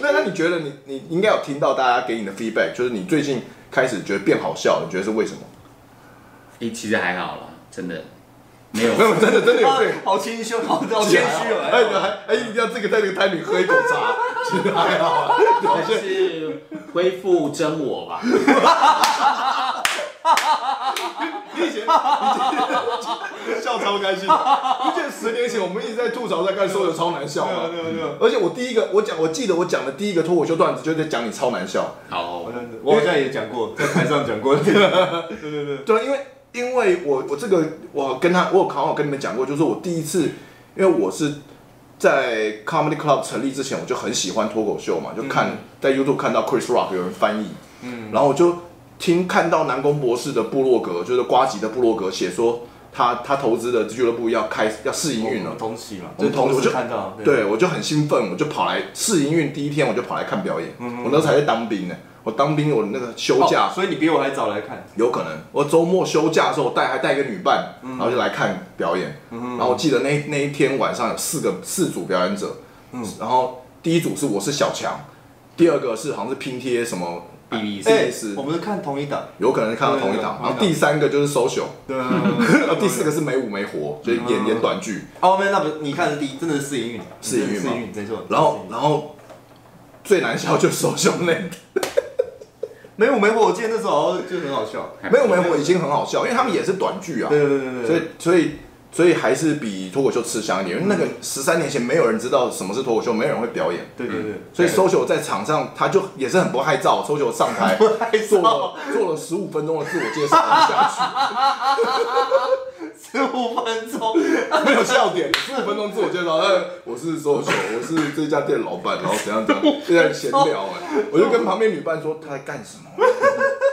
那那你觉得你你应该有听到大家给你的 feedback，就是你最近开始觉得变好笑，你觉得是为
[LAUGHS]
什么？
诶，其实还好啦，真的没
[LAUGHS]
有。
没有，真的真的有对。
好清凶，好好啊谦虚哦，
哎
哎
还哎，一定要这个在这个 timing 喝一口茶，其实还好啊。
但是恢复真我吧，
你以前笑超开 [LAUGHS] 心，我记得十年前我们一直在吐槽在干说的超难笑
对啊
嘛。
对啊对啊，
而且我第一个，我讲，我记得我讲的第一个脱口秀段子就在讲你超难笑，
好，
我好像也讲过，在台上
[LAUGHS]
讲过，对
哦
对对，
对，因为因为我我这个我跟他我有好像跟你们讲过，就是我第一次，因为我是在 Comedy Club 成立之前，我就很喜欢脱口秀嘛，
嗯
就看、在 YouTube 看到 Chris Rock 有人翻译，嗯，然后我就听看到南宫博士的部落格，就是瓜吉的部落格写说他他投资的俱乐部要开要试营运了
我们。哦同期嘛，
我们同期
就是
我就
看到，对
对，我就很兴奋，我就跑来试营运第一天，我就跑来看表演。我那时候还在当兵呢，我当兵我那个休假
嗯哦，所以你比我还早来看，
有可能。我周末休假的时候带还带一个女伴，然后就来看表演。然后我记得那那一天晚上有四个四组表演者，然后第一组是我是小强，第二个是好像是拼贴什么
B B
哎
哎
是，
我们是看同一档，
有可能是看到同一场，
对对对
然后第三个就是 [LAUGHS] social，
对，
然后第四个是没舞没活，就是演演短剧。
哦，没有，那不是你看的第一，真的是试营运，
试营运
试
吗
营运没错。
然后然后最难笑就是 social 那
没有没有，我记得那时候就很好笑。
哎没有没有，我已经很好笑，因为他们也是短剧啊，
对对对对
所以
对，
所以所以还是比脱口秀吃香一点，因为那个
嗯
十三年前没有人知道什么是脱口秀，没有人会表演，
对对对，
所以 social 在场上他就也是很不害臊，social 上台做了做了十五分钟的自我介绍下
十五分钟，
去，没 [LAUGHS] 有笑点，十五分钟自我介绍，呃，我是 social，我是这家店老板，然后怎样怎样，就在闲聊哎、我就跟旁边女伴说他在干什么，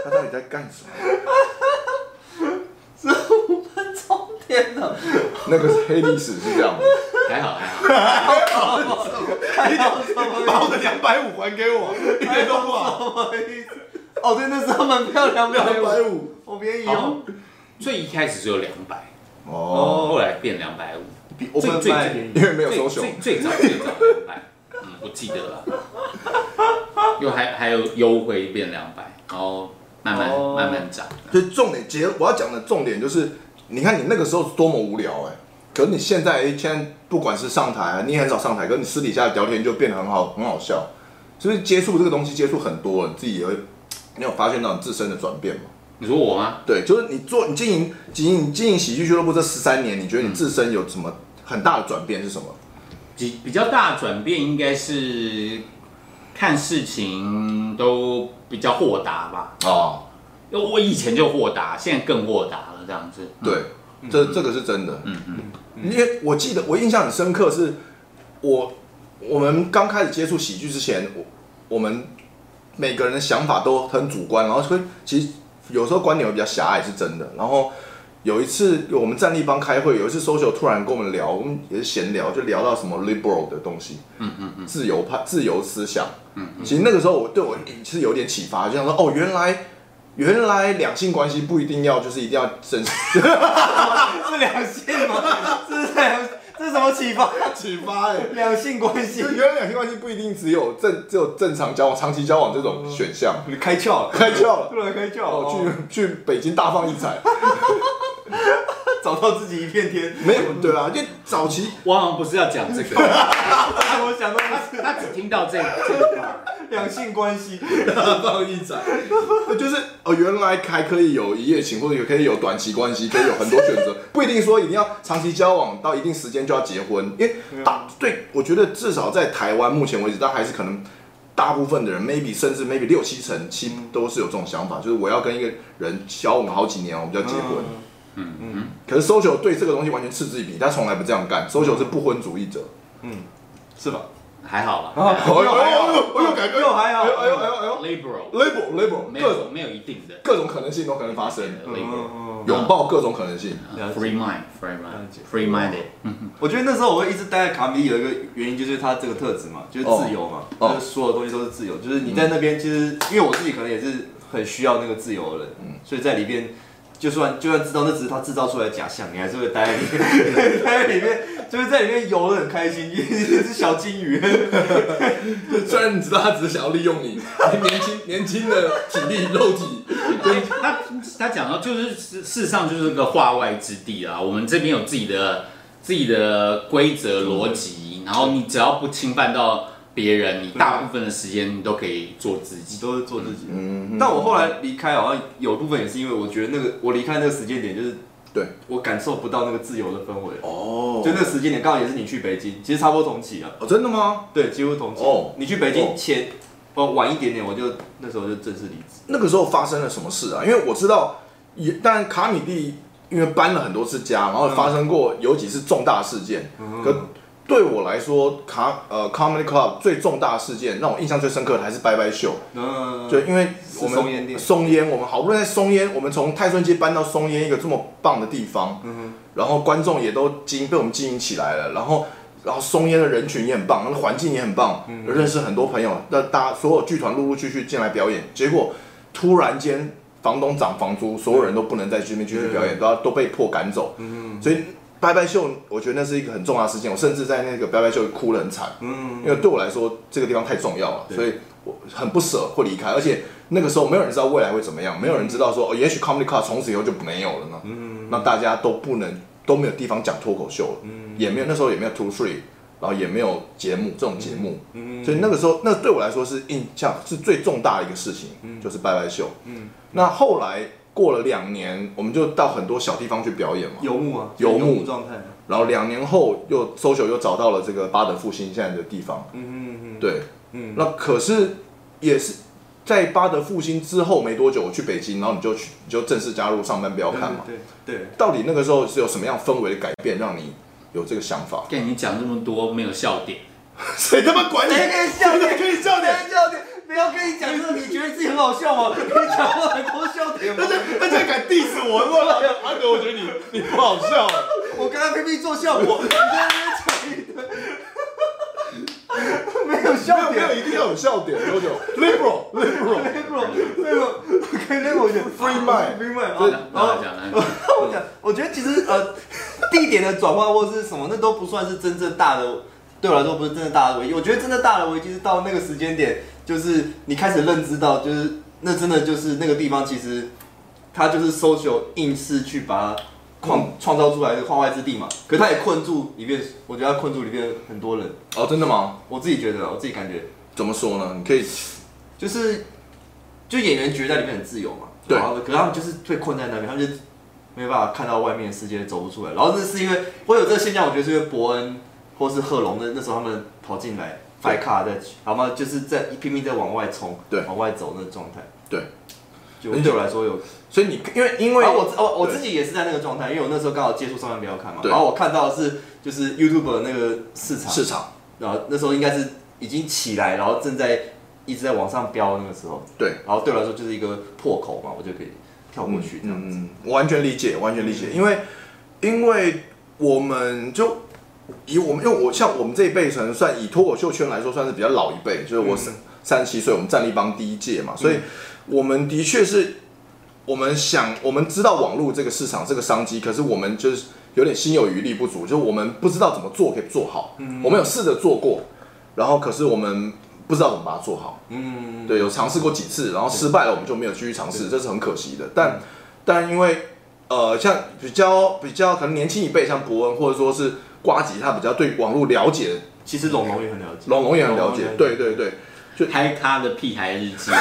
他到底在干什么？
十五分钟，天哪！
那个是黑历史是这样的。
还好还
[LAUGHS]
好。
还有什么
我的两百五还给我，一点都不好。
意思？哦，对，那时候蛮漂亮，两
两
百
百
五，
五。
好便宜
好
哦。，
最一开始只有两百，
哦，
后来变两百五，
我
最
们
最
卖
最
因为没有
最
social
最。最早最早两百，嗯，我记得了，又还还有优惠变两百，然后慢慢
哦
慢慢涨，
所以重点结，我要讲的重点就是，你看你那个时候是多么无聊哎、可是你现在哎现在不管是上台、啊，你也很少上台，可是你私底下聊天就变得很好，很好笑，是不是？接触这个东西接触很多，你自己也会，你有发现到你自身的转变吗？
你说我吗？
对，就是你做你经营经营经营喜剧俱乐部这十三年，你觉得你自身有什么很大的转变是什么？
比比较大的转变应该是看事情都比较豁达吧，
哦，
因为我以前就豁达，现在更豁达了这样子。
对，
嗯，
这这个是真的。嗯嗯，因为我记得我印象很深刻是，我我们刚开始接触喜剧之前，我我们每个人的想法都很主观，然后所以其实有时候观点会比较狭隘，是真的。然后有一次我们战力帮开会，有一次 social 突然跟我们聊，我们也是闲聊，就聊到什么 liberal 的东西，嗯嗯嗯，自由派、自由思想。嗯其实那个时候我对我是有点启发，就想说哦，原来。原来两性关系不一定要就是一定要真
是两性吗？这是两，这是什么启发？
启发 [LAUGHS] 哎、
两性关系
[LAUGHS] 就，原来两性关系不一定只有正只有正常交往、长期交往这种选项，
你开窍了，
开窍了，
突然开窍了，
嗯哦，去去北京大放异彩，
找到自己一片天。
没有对啊，因为早期
我好像不是要讲这个，
我想到的
[LAUGHS] 他只听到这个这个
是两性关系，
大放异彩，就是哦，原来还可以有一夜情，或者也可以有短期关系，可以有很多选 [LAUGHS] 择，不一定说一定要长期交往到一定时间就要结婚，因为大对，啊我觉得至少在台湾目前为止，但还是可能大部分的人，maybe 甚至 maybe 六七成七都是有这种想法，就是我要跟一个人交往好几年，我们就要结婚。可是 social 对这个东西完全嗤之以鼻，他从来不这样干。social 是不婚主义者。
是吧？
还好啦
哎呦哎呦哎呦哎呦，感觉
又还好
哎呦哎呦哎呦哎呦
l i b e r a l
，label label
没
各种
有没有一定的
各种可能性都可能发生，
l i b e r a
拥抱各种可能性。
了解
Free mind, free
了
mind,
解
free minded。
我觉得那时候我会一直待在卡米利，有一个原因就是他这个特质嘛，就是自由嘛，
哦
就是所有东西都是自由。就是你在那边，其实因为我自己可能也是很需要那个自由的人，所以在里边，就算就算知道那只是他制造出来的假象，你还是会待在里面，待在里面，就是在里面游的很开心，一只小金鱼。
虽然你知道他只是想要利 [LAUGHS] 用你，你年轻年轻的体力肉体，
他他讲到就是事事实上就是个化外之地啊啦。我们这边有自己的自己的规则逻辑，然后你只要不侵犯到别人，你大部分的时间你都可以做自
你
己。
都是做自己。
嗯
但我后来离开，好像有部分也是因为我觉得那个我离开那个时间点，就是
对
我感受不到那个自由的氛围。
哦
就那个时间点，刚好也是你去北京，其实差不多同期啊。
哦，真的吗？
对，几乎同期。
哦
你去北
哦
京前，哦，晚一点点，我就那时候就正式离职。
那个时候发生了什么事啊？因为我知道，也但卡米蒂因为搬了很多次家，然后发生过有几次重大事件。可对我来说，卡呃 Comedy Club 最重大事件让我印象最深刻的还是拜拜秀，
嗯，
就因为我
是松烟
们
店
松烟，我们好不容易在松烟，我们从泰顺街搬到松烟一个这么棒的地方，
嗯
然后观众也都经被我们经营起来了，然后然后松烟的人群也很棒，那个环境也很棒，
嗯
认识很多朋友，那大家所有剧团陆陆续续进来表演，结果突然间房东涨房租，所有人都不能再去那边继续
嗯
表演，都要都被迫赶走，所以。拜拜秀，我觉得那是一个很重要的事件。我甚至在那个拜拜秀哭得很惨，因为对我来说这个地方太重要了，
对
所以我很不舍会离开。而且那个时候没有人知道未来会怎么样，没有人知道说哦，也许 Comedy Club 从此以后就没有了呢。那大家都不能都没有地方讲脱口秀了，也没有那时候也没有 Two Three，然后也没有节目这种节目，所以那个时候那对我来说是印象是最重大的一个事情，就是拜拜秀。那后来过了两年，我们就到很多小地方去表演嘛。
游牧啊，
游牧
状态。
然后两年后又 social 又找到了这个巴德复兴现在的地方，
嗯嗯
对，
嗯
那可是也是在巴德复兴之后没多久，我去北京，然后你就去你就正式加入上班不要
嗯，
看嘛。
对对对，
到底那个时候是有什么样氛围的改变，让你有这个想 [LAUGHS] 法？
跟你讲这么多没有笑点，
谁他妈管你？
谁可以笑点
谁哎可以笑点？
[LAUGHS] 笑点，不要跟你讲这个，你觉得自己很好笑吗？ [LAUGHS] 可以讲话很多笑点吗
[LAUGHS] 大？家大家敢 diss 我？我老阿德，我觉得你你不好笑。
我刚刚拼命做效果，你在那边讲一堆，没有
没
笑
有没
点
有，。一定要有笑点，多久？liberal liberal
那个那个，跟那个我觉得
Free mind
，free mind，
对
啊
然
啊
后讲呢，
我讲，我觉得其实呃， [LAUGHS] 地点的转换或是什么，那都不算是真正大的，对我来说不是真正大的危机。我觉得真正大的危机是到那个时间点，就是你开始认知到，就是那真的就是那个地方，其实它就是 social 硬是去把它创创造出来的画外之地嘛。可他也困住里面，我觉得他困住里面很多人。
哦，真的吗？
我自己觉得啊，我自己感觉
怎么说呢？你可以
就是，就演员觉得在里面很自由嘛。
对
然后可是他们就是被困在那边，他们就没办法看到外面的世界，走不出来。然后这是因为会有这个现象，我觉得是因为伯恩或是贺龙的那时候他们跑进来
对
带卡在，然后就是在拼命在往外冲，
对
往外走那个状态。
对，
就对我来说有
所以你因为因为、
然后我自哦我我
对
自己也是在那个状态，因为我那时候刚好接触上班不要看嘛，
对
然后我看到的是就是 YouTube 那个市场，
市场
然后那时候应该是已经起来，然后正在一直在往上飙那个时候，
对
然后对我来说就是一个破口嘛，我就可以跳过去这样子。
嗯，我完全理解，完全理解，因为因为我们就以我们，因为我像我们这一辈，可能算以脱口秀圈来说，算是比较老一辈，就是我三三十七岁，我们战力帮第一届嘛，所以我们的确是。我们想，我们知道网络这个市场这个商机，可是我们就是有点心有余力不足，就是我们不知道怎么做可以做好。我们有试着做过，然后可是我们不知道怎么把它做好。
嗯，
对，有尝试过几次，然后失败了，我们就没有继续尝试，这是很可惜的。但但因为呃，像比较比较可能年轻一辈，像伯恩或者说是瓜吉，他比较对网络了解，
其实龙龙也很了解，
龙龙也很了解，对对对，
嗨咖的屁孩日记，
[LAUGHS]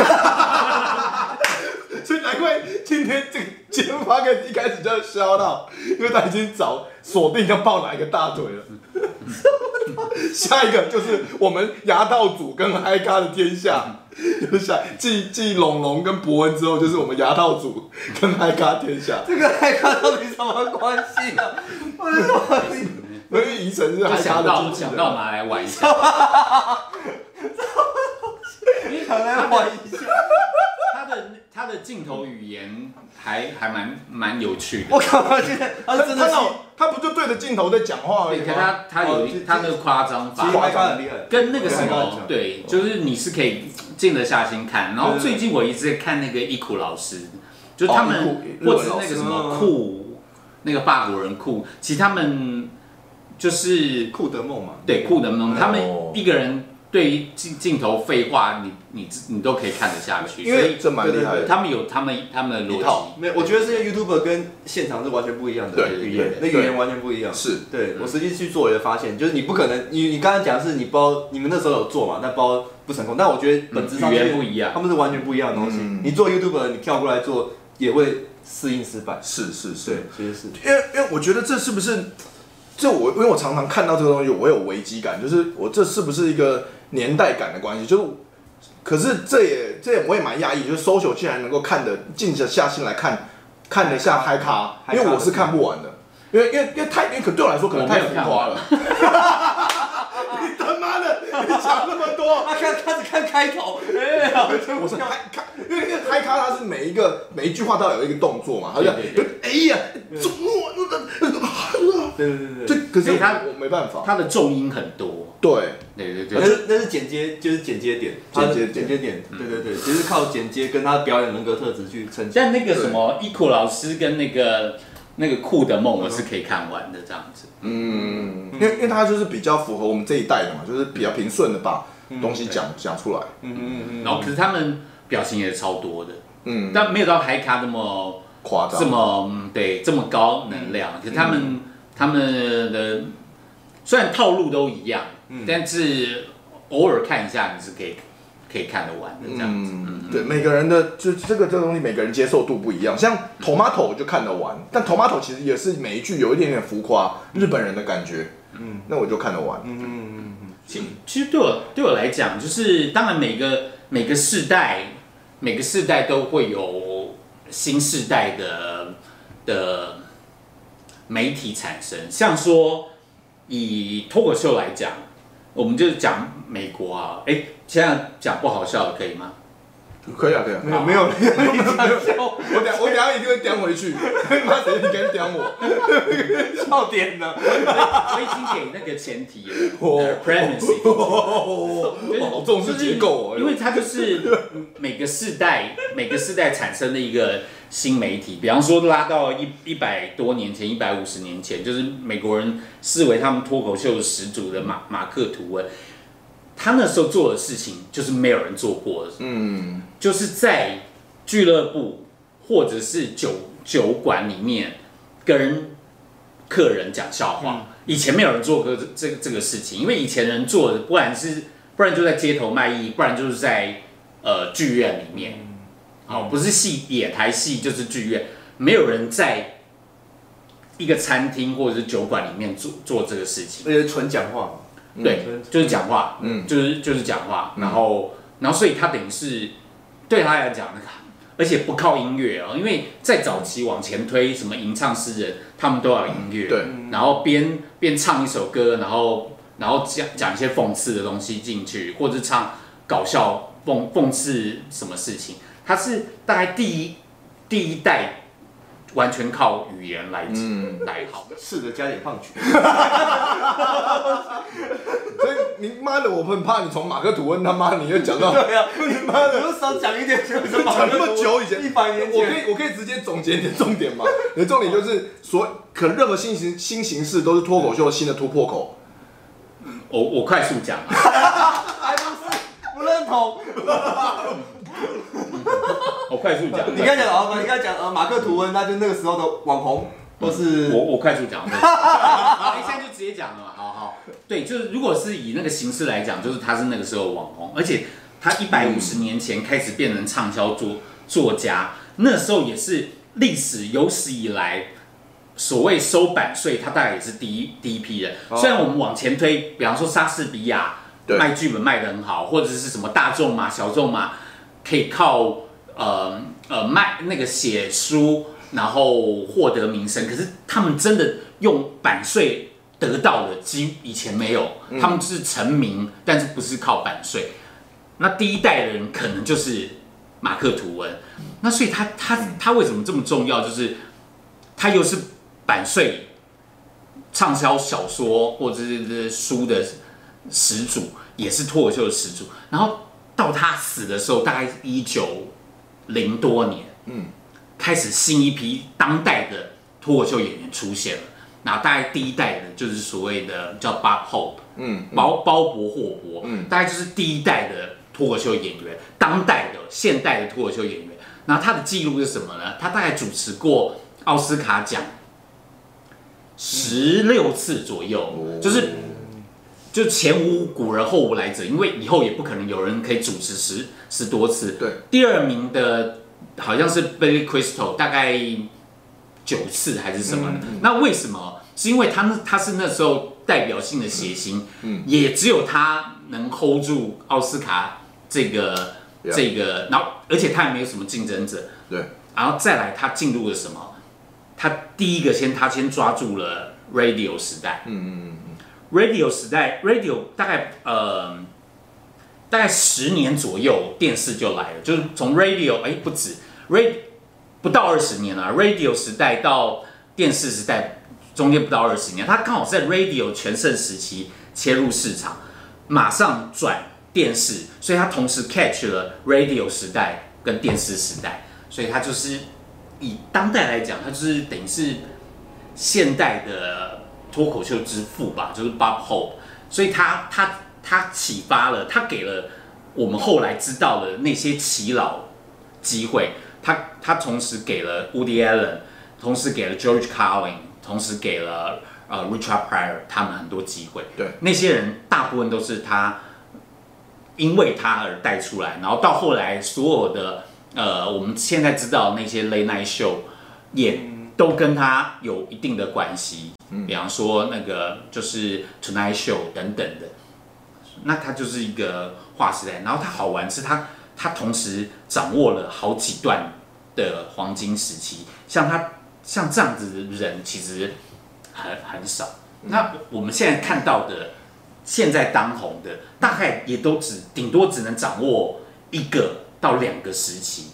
所以难怪今天这个节目发给一开始就要笑到，因为他已经找锁定要抱哪一个大腿了。 [LAUGHS] 下一个就是我们牙道组跟嗨咖的天下， [LAUGHS] 就是下继继龙龙跟伯恩之后，就是我们牙道组跟嗨咖天下。
[LAUGHS] 这个还看到底什么关系啊？我就说你
因为宜城是
就
还
想
想
到
到
想
想
到
到
拿来玩一下，
可能玩一下，
他的他的镜头语言还还蛮蛮有趣的
我。靠，现在 [LAUGHS] 他
他
是真的
他
是，
老他不就对着镜头在讲话而已
你看
吗？
他他有
哦
一他的夸张
其实
法，
麦康很厉害，
跟那个什
我刚刚
么
讲
对，就是你是可以静得下心看。然后
对对对
最近我一直在看那个伊库老师，就他
哦
们
伊库日文
或者是那个什
老
么
师嗯
库，那个法国人库，其实他们就是
库德梦嘛，
对，酷能不能？他们
哦
一个人对于镜镜头废话，你你你都可以看得下去，
因为这蛮厉害
所以
的，
他们有他们他们的逻
一
辑
套。，没有，我觉得这些 YouTuber 跟现场是完全不一样的
对
语言
对，
那语言完全不一样。
是
对我实际去做也发现，就是你不可能，你你刚刚讲是你包，你们那时候有做嘛，但包不成功。但我觉得本质上
语言
是
不一样
[LAUGHS] 他们是完全不一样的东西。
嗯
你做 YouTuber，你跳过来做也会适应失败。
是是是
对，，其实是
因为因为我觉得这是不是这我因为我常常看到这个东西，我有危机感，就是我这是不是一个年代感的关系？就是可是这也这也我也蛮讶异，就是 social 竟然能够看得静得下心来看看得下嗨咖，因为我是看不完的，因为因为因为太因为可对我来说可能太浮夸了。你他妈的，你讲那么多，
他看他只看开头，哎呀，
我是嗨咖，因为因为嗨咖它是每一个每一句话都要有一个动作嘛，好像
对
哎呀，怎么？
对对对
这
对，
可是
所以它
我没办法。
他的重音很多，
对，
对对
那
对，
是那是剪接，就是剪接点，嗯
剪接点
剪接点，对对对，就是靠剪接跟他表演人格特质去呈现。
像那个什么伊库老师跟那个那个酷的梦，我是可以看完的这样子。
嗯，因为因为他就是比较符合我们这一代的嘛，就是比较平顺的把东西讲讲出来。
嗯嗯嗯
然后可是他们表情也超多的，
嗯，
但没有到嗨咖那么
夸张
这。么嗯对这么高能量，可是他们他们的虽然套路都一样，但是偶尔看一下你是可以可以看得完的这样子。
嗯，对，每个人的就这个这个东西，每个人接受度不一样。像 tomato 我就看得完，但 tomato 其实也是每一句有一点点浮夸，日本人的感觉。嗯，那我就看得完。
嗯嗯嗯
其其实对我对我来讲，就是当然每个每个世代每个世代都会有新世代的的媒体产生，像说以脱口秀来讲，我们就讲美国啊，哎，现在讲不好笑的可以吗？
可以啊，可以啊
嗯，。没有没有没有，没有
我等我等下一定会刁回去，妈谁你敢刁我？
笑点呢？
我已经给那个前提了
哦
呃，premise，
哦，好重视结构哦。
因为它就是哎 [LAUGHS] 每个世代每个世代产生的一个新媒体，比方说拉到一一百多年前，一百五十年前，就是美国人视为他们脱口秀始祖的马马克吐温，他那时候做的事情就是没有人做过的，
嗯，
就是在俱乐部或者是酒酒馆里面跟客人讲笑话。以前没有人做过这这这个事情，因为以前人做的，不然是不然就在街头卖艺，不然就是在呃剧院里面，哦，不是戏野台戏就是剧院，没有人在一个餐厅或者是酒馆里面做做这个事情。
而且纯讲话，
对，就是讲话，
嗯
就是就是讲话，
嗯
然后然后所以他等于是对他来讲，而且不靠音乐哦，因为在早期往前推，什么吟唱诗人，他们都要有音乐，
对，
然后边边唱一首歌，然后然后讲讲一些讽刺的东西进去，或者唱搞笑讽讽刺什么事情，他是大概第一第一代完全靠语言来、
嗯，
来好的，
试着加点胖曲，
所以你妈的，我很怕你从马克吐温他妈，你又讲
[LAUGHS]
到
[LAUGHS] 对啊，你妈的，我少讲一点，就是
讲那么久以前，
一百年
我可
前，
以我可以直接总结你的重点嘛？你的重点就是所可能任何新形新形式都是脱口秀新的突破口。
我我快速讲啊。
还不是不认同。
我快速
[LAUGHS]
讲，
你刚才讲啊，你刚才讲呃马克吐温，他就那个时候的网红，或是
我我快速讲，对哎现在就直接讲了嘛，好好，对，就是如果是以那个形式来讲，就是他是那个时候的网红，而且他一百五十年前开始变成畅销作作家，那时候也是历史有史以来所谓收版税，他大概也是第一第一批人。虽然我们往前推，比方说莎士比亚
对
卖剧本卖得很好，或者是什么大众嘛、小众嘛，可以靠呃呃卖那个写书，然后获得名声。可是他们真的用版税得到的，几以前没有，他们是成名，但是不是靠版税。那第一代的人可能就是马克吐温，那所以他他他为什么这么重要？就是他又是版税畅销小说或者是是书的始祖，也是脱口秀的始祖。然后到他死的时候，大概一九零多年，嗯，开始新一批当代的脱口秀演员出现了。那大概第一代的就是所谓的叫 Bob Hope，
嗯，
包包伯霍伯，嗯，大概就是第一代的脱口秀演员，当代的现代的脱口秀演员。然后他的记录是什么呢？他大概主持过奥斯卡奖十六次左右，就是就前无古人后无来者，因为以后也不可能有人可以主持十十多次。
对，
第二名的好像是 Billy Crystal，大概九次还是什么的。那为什么？是因为他那他是那时候代表性的谐星，也只有他能 hold 住奥斯卡这个
Yeah
这个，然后而且他也没有什么竞争者，
对，
然后再来他进入了什么？他第一个先他先抓住了 radio 时代，嗯嗯嗯，radio 时代 radio 大概呃大概十年左右电视就来了，就是从 radio 哎不止 radio 不到二十年了，radio 时代到电视时代中间不到二十年，他刚好在 radio 全盛时期切入市场，马上转电视，所以他同时 catch 了 radio 时代跟电视时代，所以他就是以当代来讲，他就是等于是现代的脱口秀之父吧，就是 Bob Hope，所以他他他启发了，他给了我们后来知道的那些耆老机会，他他同时给了 Woody Allen，同时给了 George Carlin，同时给了呃 Richard Pryor 他们很多机会，
对，
那些人大部分都是他因为他而带出来，然后到后来所有的呃，我们现在知道那些 late night show 也都跟他有一定的关系，比方说那个就是 Tonight Show 等等的，那他就是一个划时代。然后他好玩是他他同时掌握了好几段的黄金时期，像他像这样子的人其实很很少。那我们现在看到的现在当红的，大概也都只顶多只能掌握一个到两个时期。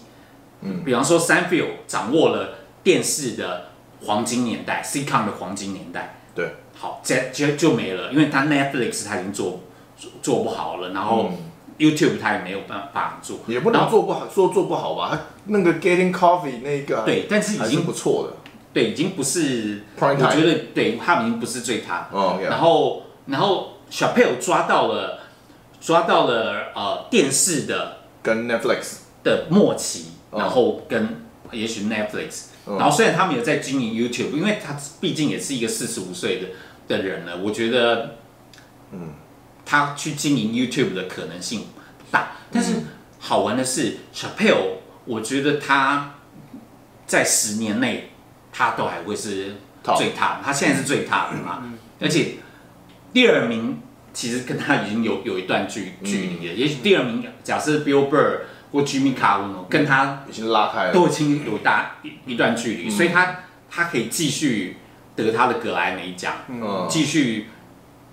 嗯，比方说 s a n f i e l 掌握了电视的黄金年代，sitcom 的黄金年代。
对，
好，这就就没了，因为他 Netflix 他已经做做做不好了，然后 YouTube 他也没有办法做，
嗯也不
然
能
后
做不好，说做不好吧？他那个 Getting Coffee 那个
对，但是
还
已
是
经
不错的。
对，已经不是，我
Prime time
觉得对他们已经不是最他。
哦，yeah
然后，然后小佩尔抓到了，抓到了呃电视的
跟 Netflix
的末期，
哦
然后跟也许 Netflix，
嗯
然后虽然他们有在经营 YouTube，因为他毕竟也是一个四十五岁的的人了，我觉得，嗯，他去经营 YouTube 的可能性不大。但是
嗯
好玩的是 c h a p e l l 我觉得他在十年内他都还会是
Top 嗯
最 top，他现在是最 top 的嘛，而且第二名其实跟他已经有有一段距
嗯
距离了，也许第二名假设 Bill Burr 或 Jimmy Carr 跟他
已经拉开了，
都已经有大一一段距
嗯
离，所以他他可以继续得他的格莱美奖，
嗯，
继续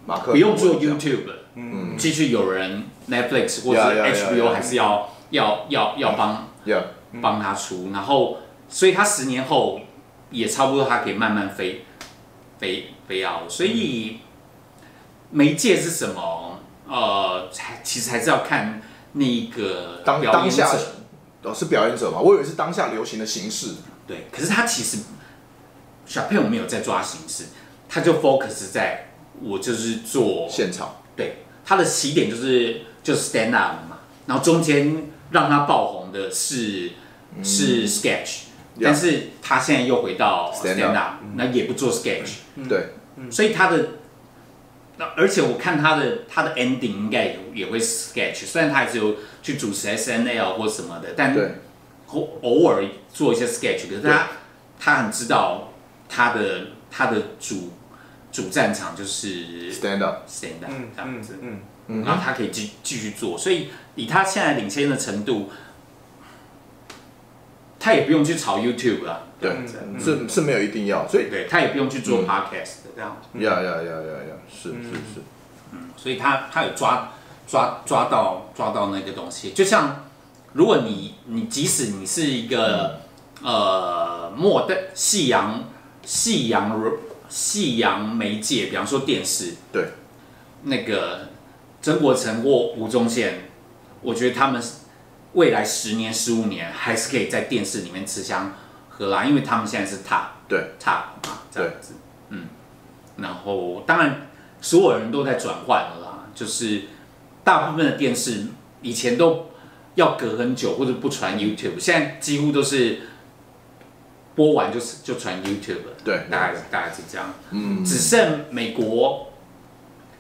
马克
不用做
这样
YouTube，了
嗯
继续有人 Netflix 或
Yeah,
者
yeah, yeah, yeah.
HBO 还是要要要要帮
Yeah，
帮他出，然后所以他十年后也差不多，他可以慢慢飞飞飞要，所以媒介是什么？呃，才其实还是要看那个
当
表
当
演
下
者，
哦是表演者嘛，我以为是当下流行的形式，
对。可是他其实小朋友没有在抓形式，他就 focus 在我就是做
现场
对，他的起点就是就是 stand up 嘛，然后中间让他爆红的是、是 sketch，但是他现在又回到
Stand
stand up，那也不做 sketch，嗯
对，
所以他的那而且我看他的他的 ending 应该也也会 sketch，虽然他还是有去主持 S N L 或什么的，但
对
偶偶尔做一些 sketch，可是他他很知道他的他的主主战场就是
，stand up，
stand up
嗯
这样
嗯
子。
嗯，
然后他可以继继续做，所以以他现在领先的程度，他也不用去炒 YouTube 啊，
对，
嗯
是是没有一定要，所以
对，他也不用去做 Podcast 的这样，
呀呀呀呀呀，是
嗯
是是，
所以他他有抓抓抓到抓到那个东西，就像如果你你即使你是一个、呃末代夕阳夕阳夕阳媒介，比方说电视，
对，
那个曾国成或吴宗宪，我觉得他们未来十年、十五年还是可以在电视里面吃香喝辣，因为他们现在是 top
对
top 嘛，这样子，嗯，然后当然所有人都在转换了啦，就是大部分的电视以前都要隔很久或者不传 YouTube，现在几乎都是播完就是就传 YouTube 了，
对
大概大概是这样。
嗯，
只剩美国，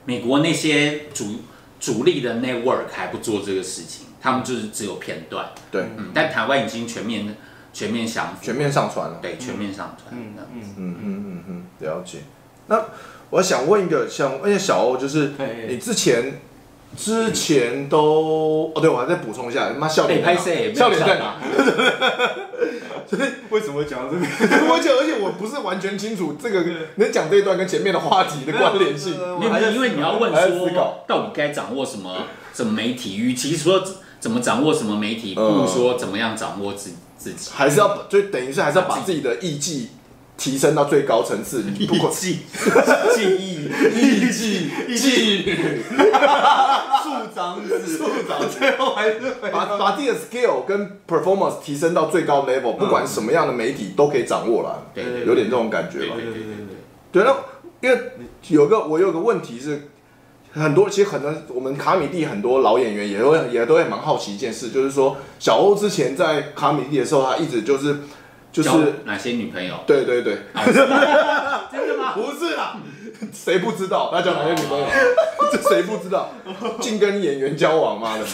美国那些主主力的 network 还不做这个事情，他们就是只有片段。
对，
嗯，但台湾已经全面全面降服，
全面上传了，
对全面上传。嗯
嗯嗯嗯嗯，了解。那我想问一个，想问一下小欧，就是
嘿
你之前之前都哦，对我还在补充一下，妈笑
被
脸
拍
在哪
摄也没
笑
有
脸在
上
哪？
啊
为什么会讲到这个？
而且而且我不是完全清楚这个能讲这一段跟前面的话题的 [LAUGHS] 关联性。
因为因为你要问
还在思考
说，到底该掌握什么什么媒体，与其说怎么掌握什么媒体，不如
嗯
说怎么样掌握自自
[LAUGHS]
己。
还是要就等于是还是要把自己的艺技提升到最高层次，你不管
技技艺 [LAUGHS]
艺技技，
树长子，
最后还是回
嗯
把把自己的 skill 跟 performance 提升到最高 level，不管什么样的媒体都可以掌握了，
对嗯对
有点这种感觉吧
对。
对对对对，
对，那因为有个我有个问题是，很多其实很多我们卡米蒂很多老演员也会也都会蛮好奇一件事，就是说小欧之前在卡米蒂的时候，他一直就是就
交
是
哪些女朋友？
对对对，
真的吗？
不是啦，谁不知道？他交哪个女朋
[LAUGHS]
友？这谁不知道？净跟演员交往，妈的！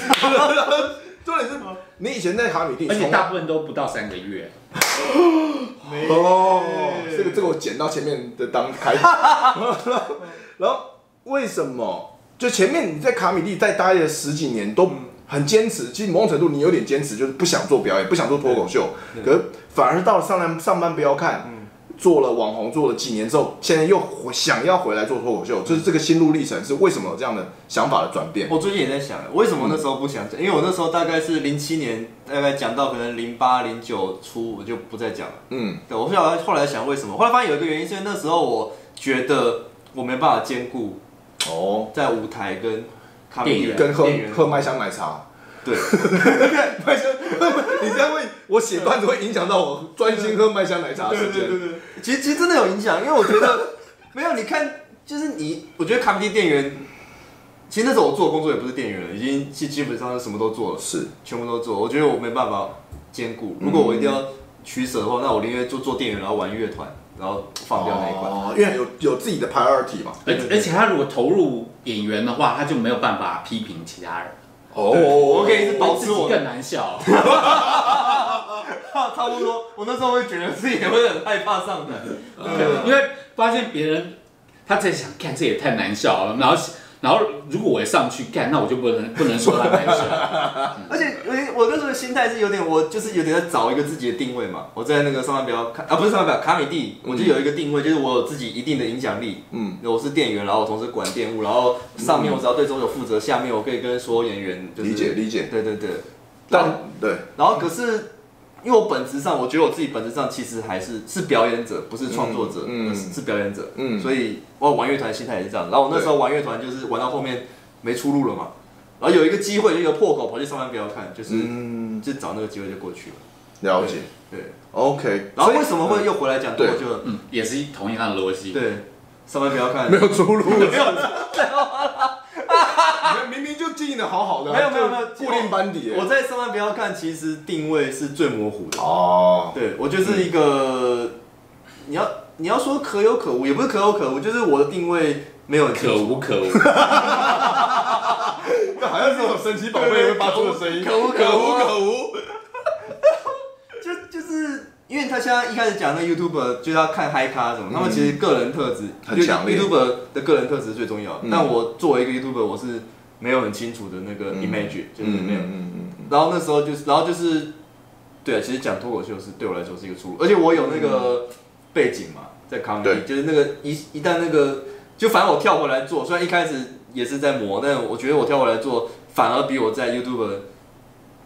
重点是，你以前在卡米蒂，
[LAUGHS] 而且
从
大部分都不到三个月，
没
哦，这个这个我剪到前面的当开头， [LAUGHS] 然后为什么就前面你在卡米蒂在待了十几年都很坚持，其实某种程度你有点坚持，就是不想做表演，不想做脱口秀，可是反而到了上班上班不要看，做了网红做了几年之后，现在又回想要回来做脱口秀，就是这个心路历程是为什么有这样的想法的转变？
我最近也在想，为什么那时候不想讲？因为我那时候大概是零七年，大概讲到可能零八零九初，我就不再讲了。
嗯，
对，我后来后来想为什么？后来发现有一个原因，是因为那时候我觉得我没办法兼顾
哦，
在舞台跟咖啡
电影
跟喝
店员
喝麦香奶茶。 [LAUGHS]
对，
麦香，你这样会，我写段子会影响到我专心喝麦香奶茶的时
对
间。
对对对，
其实其实真的有影响，因为我觉得没有你看，就是你，我觉得咖啡店店员，其实那时候我做的工作也不是店员了，已经基基本上是什么都做了，
是，
全部都做。我觉得我没办法兼顾，如果我一定要取舍的话，那我宁愿就做店员，然后玩乐团，然后放掉那一块。
哦，因为有有自己的 priority 嘛。
而而且他如果投入演员的话，他就没有办法批评其他人，哎
哦
我可以一直保
自
持
己
我
更难笑。
[LAUGHS] 差不多，我那时候会觉得自己也会很害怕上台。
嗯
对因为发现别人他在想，干这也太难笑了，然后然后如果我上去干，那我就不能不能说他难笑。
而且有点，我那时候的心态是有点，我就是有点在找一个自己的定位嘛。我在那个上班表卡啊，不是上班表卡米蒂，我就有一个定位，就是我有自己一定的影响力。
嗯，
我是店员，然后我同时管店务，然后上面我只要对周有负责，下面我可以跟所有演员就是
理解理解
对对对，
但对，
然后可是因为我本质上，我觉得我自己本质上其实还是是表演者，不是创作者，
嗯嗯
嗯，是表演者，
嗯
嗯，所以我玩乐团心态也是这样。然后我那时候玩乐团就是玩到后面没出路了嘛，然后有一个机会，就有一个破口跑去上班不要看，就是、
嗯，
就找那个机会就过去了。
了解。
对，
OK，
然后
所以
为什么会又回来讲脱口秀？
嗯，也是同样的逻辑。
对，上班不要看，
没有出
[LAUGHS]
路？没有，明明就经营的好好的啊，
没有没有没有
就固定班底欸。
我在上班不要看，其实定位是最模糊的。
哦，
对我就是一个，你要你要说可有可无，也不是可有可无，就是我的定位没有很清
可
楚。
无可无，
那好像是种神奇宝贝会发出的声音，
可无
可
可
无
无
可无。
就就是因为他现在一开始讲那 YouTuber 就是要看嗨咖什么，他们其实个人特质
很
就
强烈
YouTuber 的个人特质最重要
嗯。
但我作为一个 YouTuber，我是没有很清楚的那个 image，就是没有。
嗯嗯嗯，
然后那时候就是，然后就是，对啊，其实讲脱口秀是对我来说是一个出路，而且我有那个背景嘛，在康
对
艺，就是那个一一旦那个，就反正我跳回来做，虽然一开始也是在磨，但我觉得我跳回来做，反而比我在 YouTube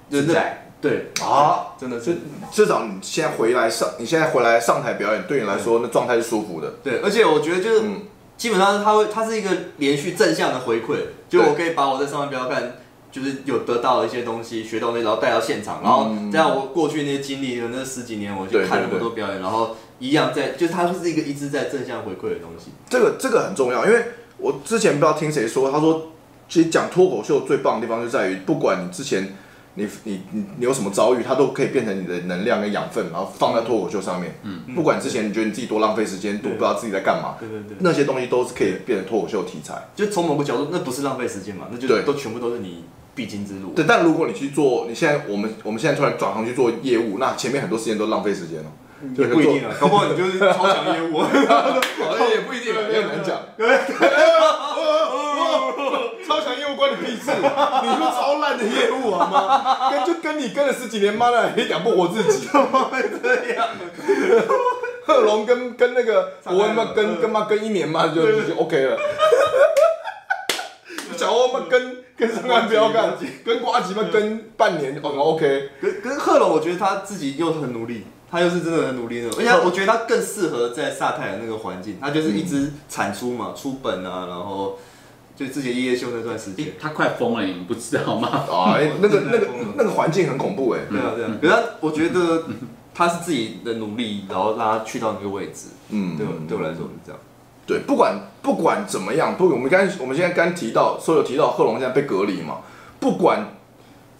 就
自
那
在
对
啊，
真的
就是至少你现在回来上，你现在回来上台表演，对你来说那状态是舒服的。
对，而且我觉得就是
嗯，
基本上它会，它是一个连续正向的回馈，就我可以把我在上面标看，就是有得到的一些东西，学到东西，然后带到现场，然后
嗯
再让我过去那些经历的那十几年，我
对对
去看那么多表演，然后一样在，就是它是一个一直在正向回馈的东西。
这个这个很重要，因为我之前不知道听谁说，他说其实讲脱口秀最棒的地方就在于，不管你之前你你你你有什么遭遇，它都可以变成你的能量跟养分，然后放在脱口秀上面。嗯，不管之前你觉得你自己多浪费时间，多
对
不知道自己在干嘛，
对对对，
那些东西都是可以变成脱口秀题材。
就从某个角度，那不是浪费时间嘛，那就
对
都全部都是你必经之路。
对，但如果你去做，你现在我们我们现在突然转行去做业务，那前面很多时间都浪费时间哦了。
也不一定啊，搞不好你就是超强业务。啊
好哦像也不一定，也很难讲。超强业务关你屁事！你说超烂的业务好吗？跟就跟你跟了十几年，妈的也养不活自己。怎么会这样？贺龙跟跟那个国文嘛，跟跟嘛跟一年嘛就就 OK 了。小欧嘛跟跟上岸不要干，跟瓜吉嘛跟半年哦 OK。
可可是贺龙，我觉得他自己又很努力，他又是真的很努力那种，而且他我觉得他更适合在萨泰尔那个环境，他就是一直产出嘛，出本啊，然后就自己的夜夜秀那段时间
诶。哎他快疯了，你们不知道吗？
啊，哎那个那个那个环境很恐怖哎。
对啊对啊，可是他我觉得他是自己的努力，然后让他去到那个位置，
嗯，
对我对我来说是这样。
对，不管不管怎么样，不，我们刚我们现在刚提到，所有提到贺龙现在被隔离嘛，不管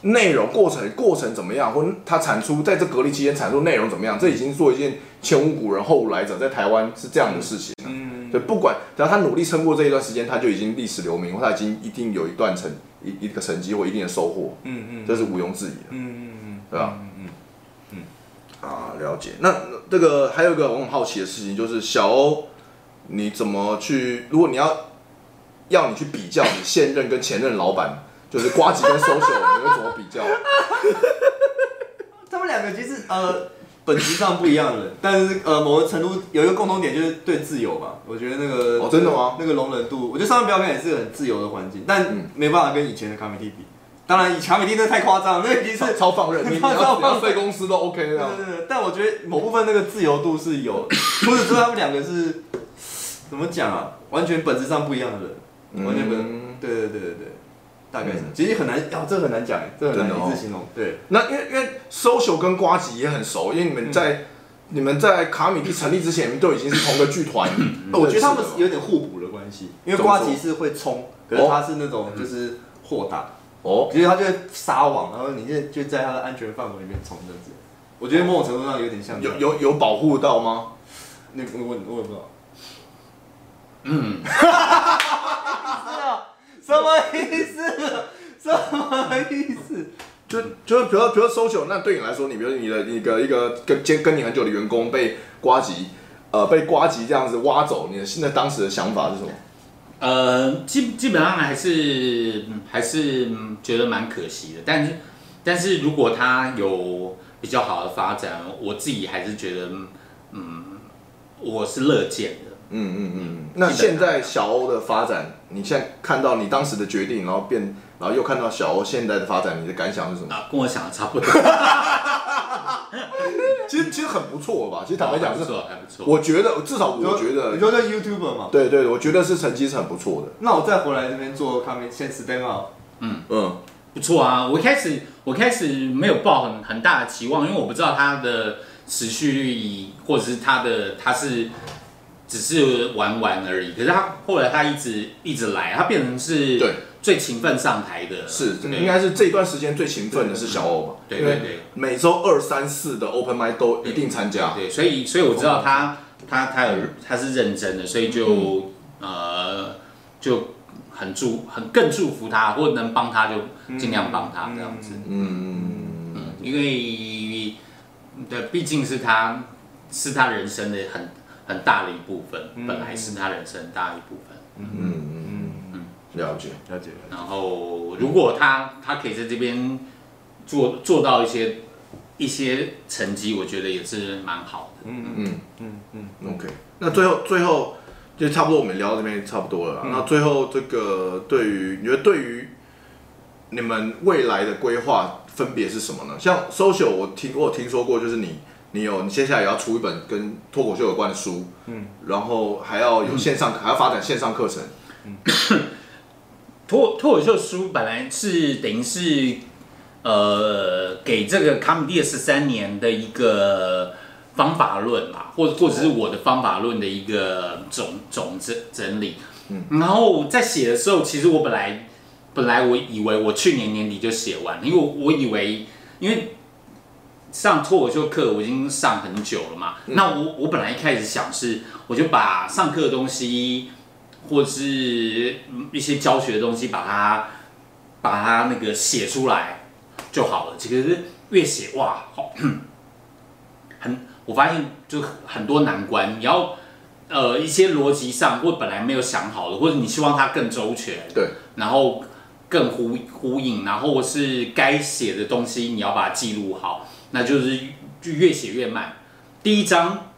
内容过程过程怎么样，或他产出在这隔离期间产出内容怎么样，这已经做一件前无古人后无来者，在台湾是这样的事情。
嗯，
对，不管只要他努力撑过这一段时间，他就已经历史留名，或他已经一定有一段成一一个成绩或一定的收获，
嗯嗯
这是毋庸置疑的。
嗯嗯
对啊
嗯嗯，
啊，了解。那那这个还有一个我很好奇的事情，就是小欧，你怎么去？如果你要要你去比较你现任跟前任老板，就是瓜吉跟 social，你会怎么比较？ [LAUGHS]
他们两个其实呃本质上不一样的人，但是呃某个程度有一个共同点就是对自由吧。我觉得那个
哦真的吗
那个容忍度，我觉得上班不要看也是很自由的环境，但
嗯
没办法跟以前的卡米蒂比。当然，以卡米蒂那太夸张，那已经是
[LAUGHS] 超超放任，你你要
超
你
放任
要睡公司都 OK
对
这样。
对对，但我觉得某部分那个自由度是
[COUGHS]
有，或者说他们两个是怎么讲啊？完全本质上不一样的人，完全不
嗯
对对对对对，大概是，其实很难，啊，这很难讲，这很难
真的哦
一致形容。对，
那因为因为 social 跟瓜吉也很熟，因为你们在、你们在卡米蒂成立之前，你们都已经是同个剧 [COUGHS] 团认识的嘛。
我觉得他们有点互补的关系，因为瓜吉是会冲，可是他是那种就是豁达，
哦
其实他就会撒网，然后你就就在他的安全范围里面冲这样子。
我觉得某种程度上有点像这
有
样。
有有保护到吗？
那个我我也不知道， [LAUGHS]
嗯，
什么意思？什么意思？
就就比如说比如说 social，那对你来说，你比如说你的一个一个跟跟跟你很久的员工被瓜吉，呃，被瓜吉这样子挖走，你的现在当时的想法是什么？
呃，基基本上还是嗯还是嗯觉得蛮可惜的，但是但是如果他有比较好的发展，我自己还是觉得嗯嗯我是乐见的。
嗯嗯嗯嗯。那现在小欧的发展，你现在看到你当时的决定，然后变，然后又看到小欧现在的发展，你的感想是什么？
啊，跟我想的差
[LAUGHS]
不多，
其实其实很不错吧，其实坦白讲
哦还不
是，
错，还不错。
我觉得至少我觉
你
得，
说叫 YouTuber 嘛？
对对，我觉得是成绩是很不错的。
那我再回来这边做咖啡，先 stand up。
嗯
不错啊！我一开始我一开始没有抱很很大的期望，因为我不知道它的持续率，或者是它的它是只是玩玩而已。可是他后来他一直一直来，他变成是
对，
最勤奋上台的，
是
对
应该是这一段时间最勤奋的是小欧吧？
嗯对对对
每周二、三、四的 Open m i 都一定参加。
对，所以所以我知道他他他有他是认真的，所以就呃就很祝很更祝福他，或者能帮他就尽量帮他这样子。
嗯，
嗯，因为对，毕竟是他是他人生的很很大的一部分，本来是他人生很大的一部分。
了解。
了解。
然后如果他他可以在这边做做到一些一些成绩，我觉得也是蛮好的。
嗯嗯嗯，OK。那最后最后就差不多，我们聊到这边差不多了啦。那最后这个对于你觉得对于你们未来的规划分别是什么呢？像 social，我听我有听说过，就是你你有你接下来也要出一本跟脱口秀有关的书，嗯，然后还要有线上，还要发展线上课程，
脱脱口秀书本来是等于是呃给这个 comedy 十三年的一个方法论吧，或或者是我的方法论的一个总总整整理。嗯，然后在写的时候，其实我本来本来我以为我去年年底就写完了，因为我我以为因为上脱口秀课我已经上很久了嘛，那我我本来一开始想是我就把上课的东西。或是嗯一些教学的东西，把它把它那个写出来就好了。其实越写哇，好很我发现就很多难关，你要呃一些逻辑上或本来没有想好的，或者你希望它更周全，
对，
然后更呼呼应，然后是该写的东西你要把它记录好，那就是就越写越慢。第一章，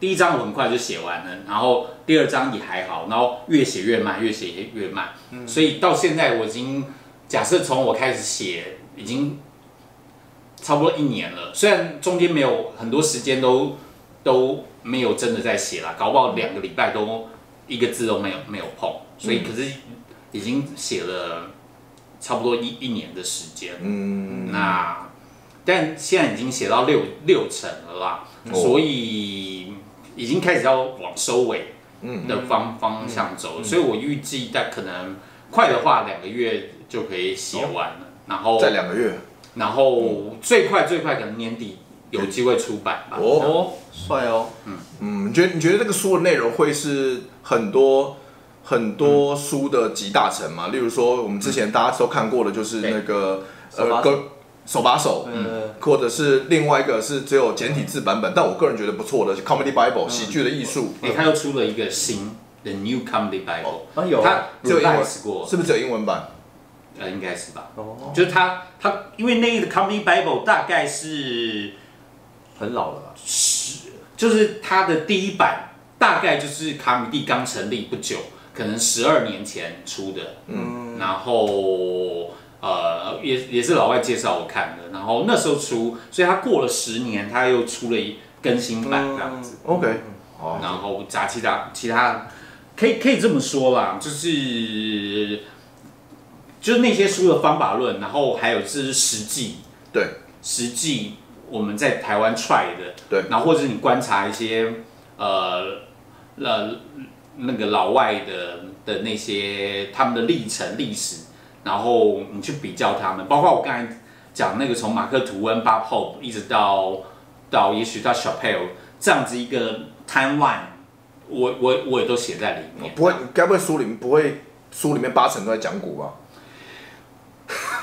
第一章我很快就写完了，然后第二章也还好，然后越写越慢，越写越慢，所以到现在我已经假设从我开始写已经差不多一年了，虽然中间没有很多时间都都没有真的在写啦，搞不好两个礼拜都一个字都没有没有碰，所以可是已经写了差不多一一年的时间，
嗯，
那但现在已经写到六六成了啦，
哦
所以已经开始要往收尾的方、
嗯
方向走，所以我预计在可能快的话两个月就可以写完
嗯
了，然后
在两个月
然后最快最快可能年底有机会出版吧。
哦，
哦，帅哦。
嗯，你觉得你觉得这个书的内容会是很多很
嗯
多书的集大成吗？例如说我们之前大家都看过的，就是
对
那个
手把手
个手把手，
呃，
或者是另外一个是只有简体字版本，但我个人觉得不错的《Comedy Bible》喜
嗯
剧的艺术，
哎、他又出了一个新的 New Comedy Bible，、
啊有
他
只有英文
revise 过，
是不是只有英文版？
呃，应该是吧。
哦，
就是他他因为那个 Comedy Bible 大概是
很老了吧？
就是它的第一版，大概就是卡米蒂刚成立不久，可能十二年前出的，嗯，然后呃也也是老外介绍我看的，然后那时候出，所以它过了十年，它又出了一更新版这样子，
OK 哦
然后杂七杂其他可以可以这么说啦，就是就是那些书的方法论，然后还有就是实际
对
实际我们在台湾 try 的，
对
然后或者你观察一些呃呃那个老外的的那些他们的历程历史，然后你去比较他们，包括我刚才讲那个从马克吐温、巴 Pope 一直到到也许到 c h a p e l 这样子一个 timeline，我我我也都写在里面。
不会，该不会书里面不会书里面八成都在讲股吧？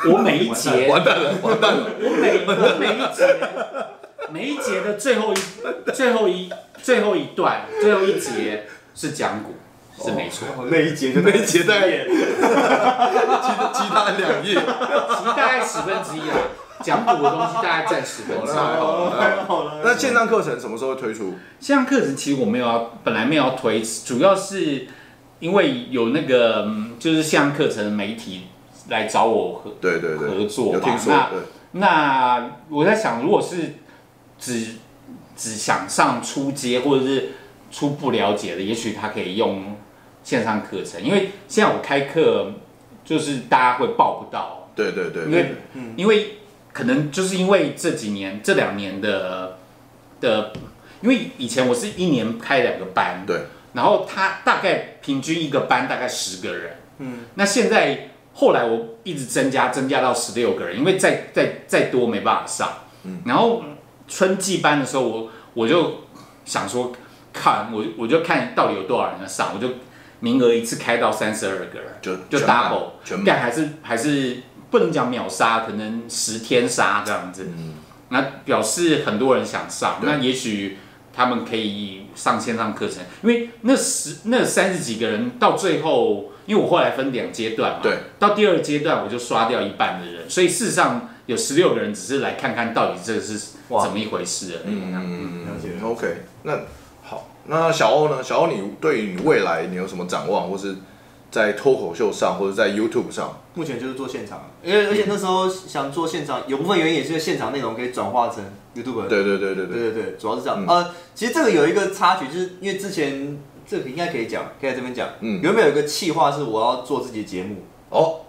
我每一节，
完蛋了，完蛋了！
我每我每一节，每一节的最后一最后一最后一段最后一节是讲股，是没错。
那一节就
那一节大概哦其其他两页，
其实大概十分之一啊，讲股的东西大概占十分之一。
好了。
好了。
那线上课程什么时候会推出？
线上课程其实我没有要，本来没有要推，主要是因为有那个嗯就是线上课程媒体来找我合
对对对，
合作吧
有听说
那
对。
那我在想，如果是只只想上初阶或者是初步了解的，也许他可以用线上课程，因为现在我开课就是大家会报不到，
对对对，
因为因为可能就是因为这几年这两年的的，因为以前我是一年开两个班，
对，
然后他大概平均一个班大概十个人，嗯，那现在后来我一直增加，增加到十六个人，因为再再再多没办法上，嗯，然后春季班的时候我我就想说看我我就看到底有多少人要上，我就名额一次开到三十二个人，
就
就
全满
double，
全满
但还是还是不能讲秒杀，可能十天杀这样子。那表示很多人想上，
嗯对
那也许他们可以上线上课程，因为那十那三十几个人到最后，因为我后来分两阶段嘛，
对，
到第二阶段我就刷掉一半的人，所以事实上有十六个人只是来看看到底这个是
哇
怎么一回事而已。啊
嗯
了解了解
OK，那好，那小欧呢？小欧，你对于你未来你有什么展望，或是在脱口秀上，或者在 YouTube 上？
目前就是做现场，因为而且那时候想做现场，有部分原因也是因为现场内容可以转化成 YouTube。
对对对对对，
对对对，主要是这样。
嗯
呃，其实这个有一个插曲，就是因为之前这个应该可以讲，可以在这边讲。
嗯
原本有一个企划是我要做自己的节目，
哦，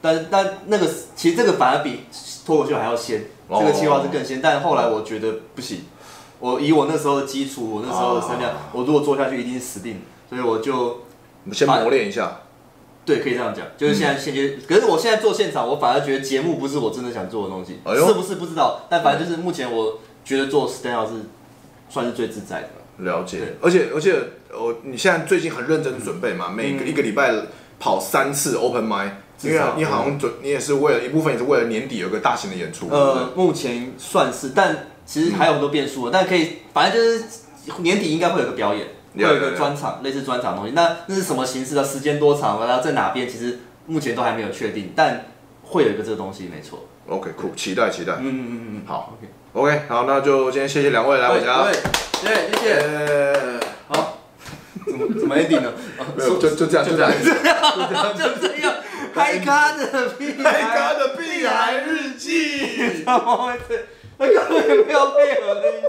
但但那个其实这个反而比脱口秀还要先，
哦
这个计划是更先。但后来我觉得不行，我以我那时候的基础，我那时候的声量，
啊
我如果做下去一定是死定了，所以我就
我们先磨练一下。
对，可以这样讲，就是
嗯
现在现阶，可是我现在做现场，我反而觉得节目不是我真的想做的东西，
哎呦
是不是不知道？但反正就是目前我觉得做 stand up 是算是最自在的。
了解
对，嗯
而且而且，哦，你现在最近很认真准备嘛，每个一个礼拜跑三次 Open m i 因
至
为
少嗯
你好像准，你也是为了一部分也是为了年底有个大型的演出，对
呃
不，
目前算是，但其实还有很多变数啊，但可以，反正就是年底应该会有个表演，会
了解
有一个专场，类似专场的东西。那那是什么形式的？时间多长？然后在哪边？其实目前都还没有确定，但会有一个这个东西，没错。
对 OK，酷，期待期待。
嗯嗯嗯嗯，
好
OK
OK，好，那就今天谢谢两位来我家
对，，对，谢谢。
呃，
好，怎么怎么 ending 呢？啊
没有就就这样就这样。
就这样，开咖的屁孩，
泰哥的《碧海日记》。
[LAUGHS] 然后这那根本没有配合的音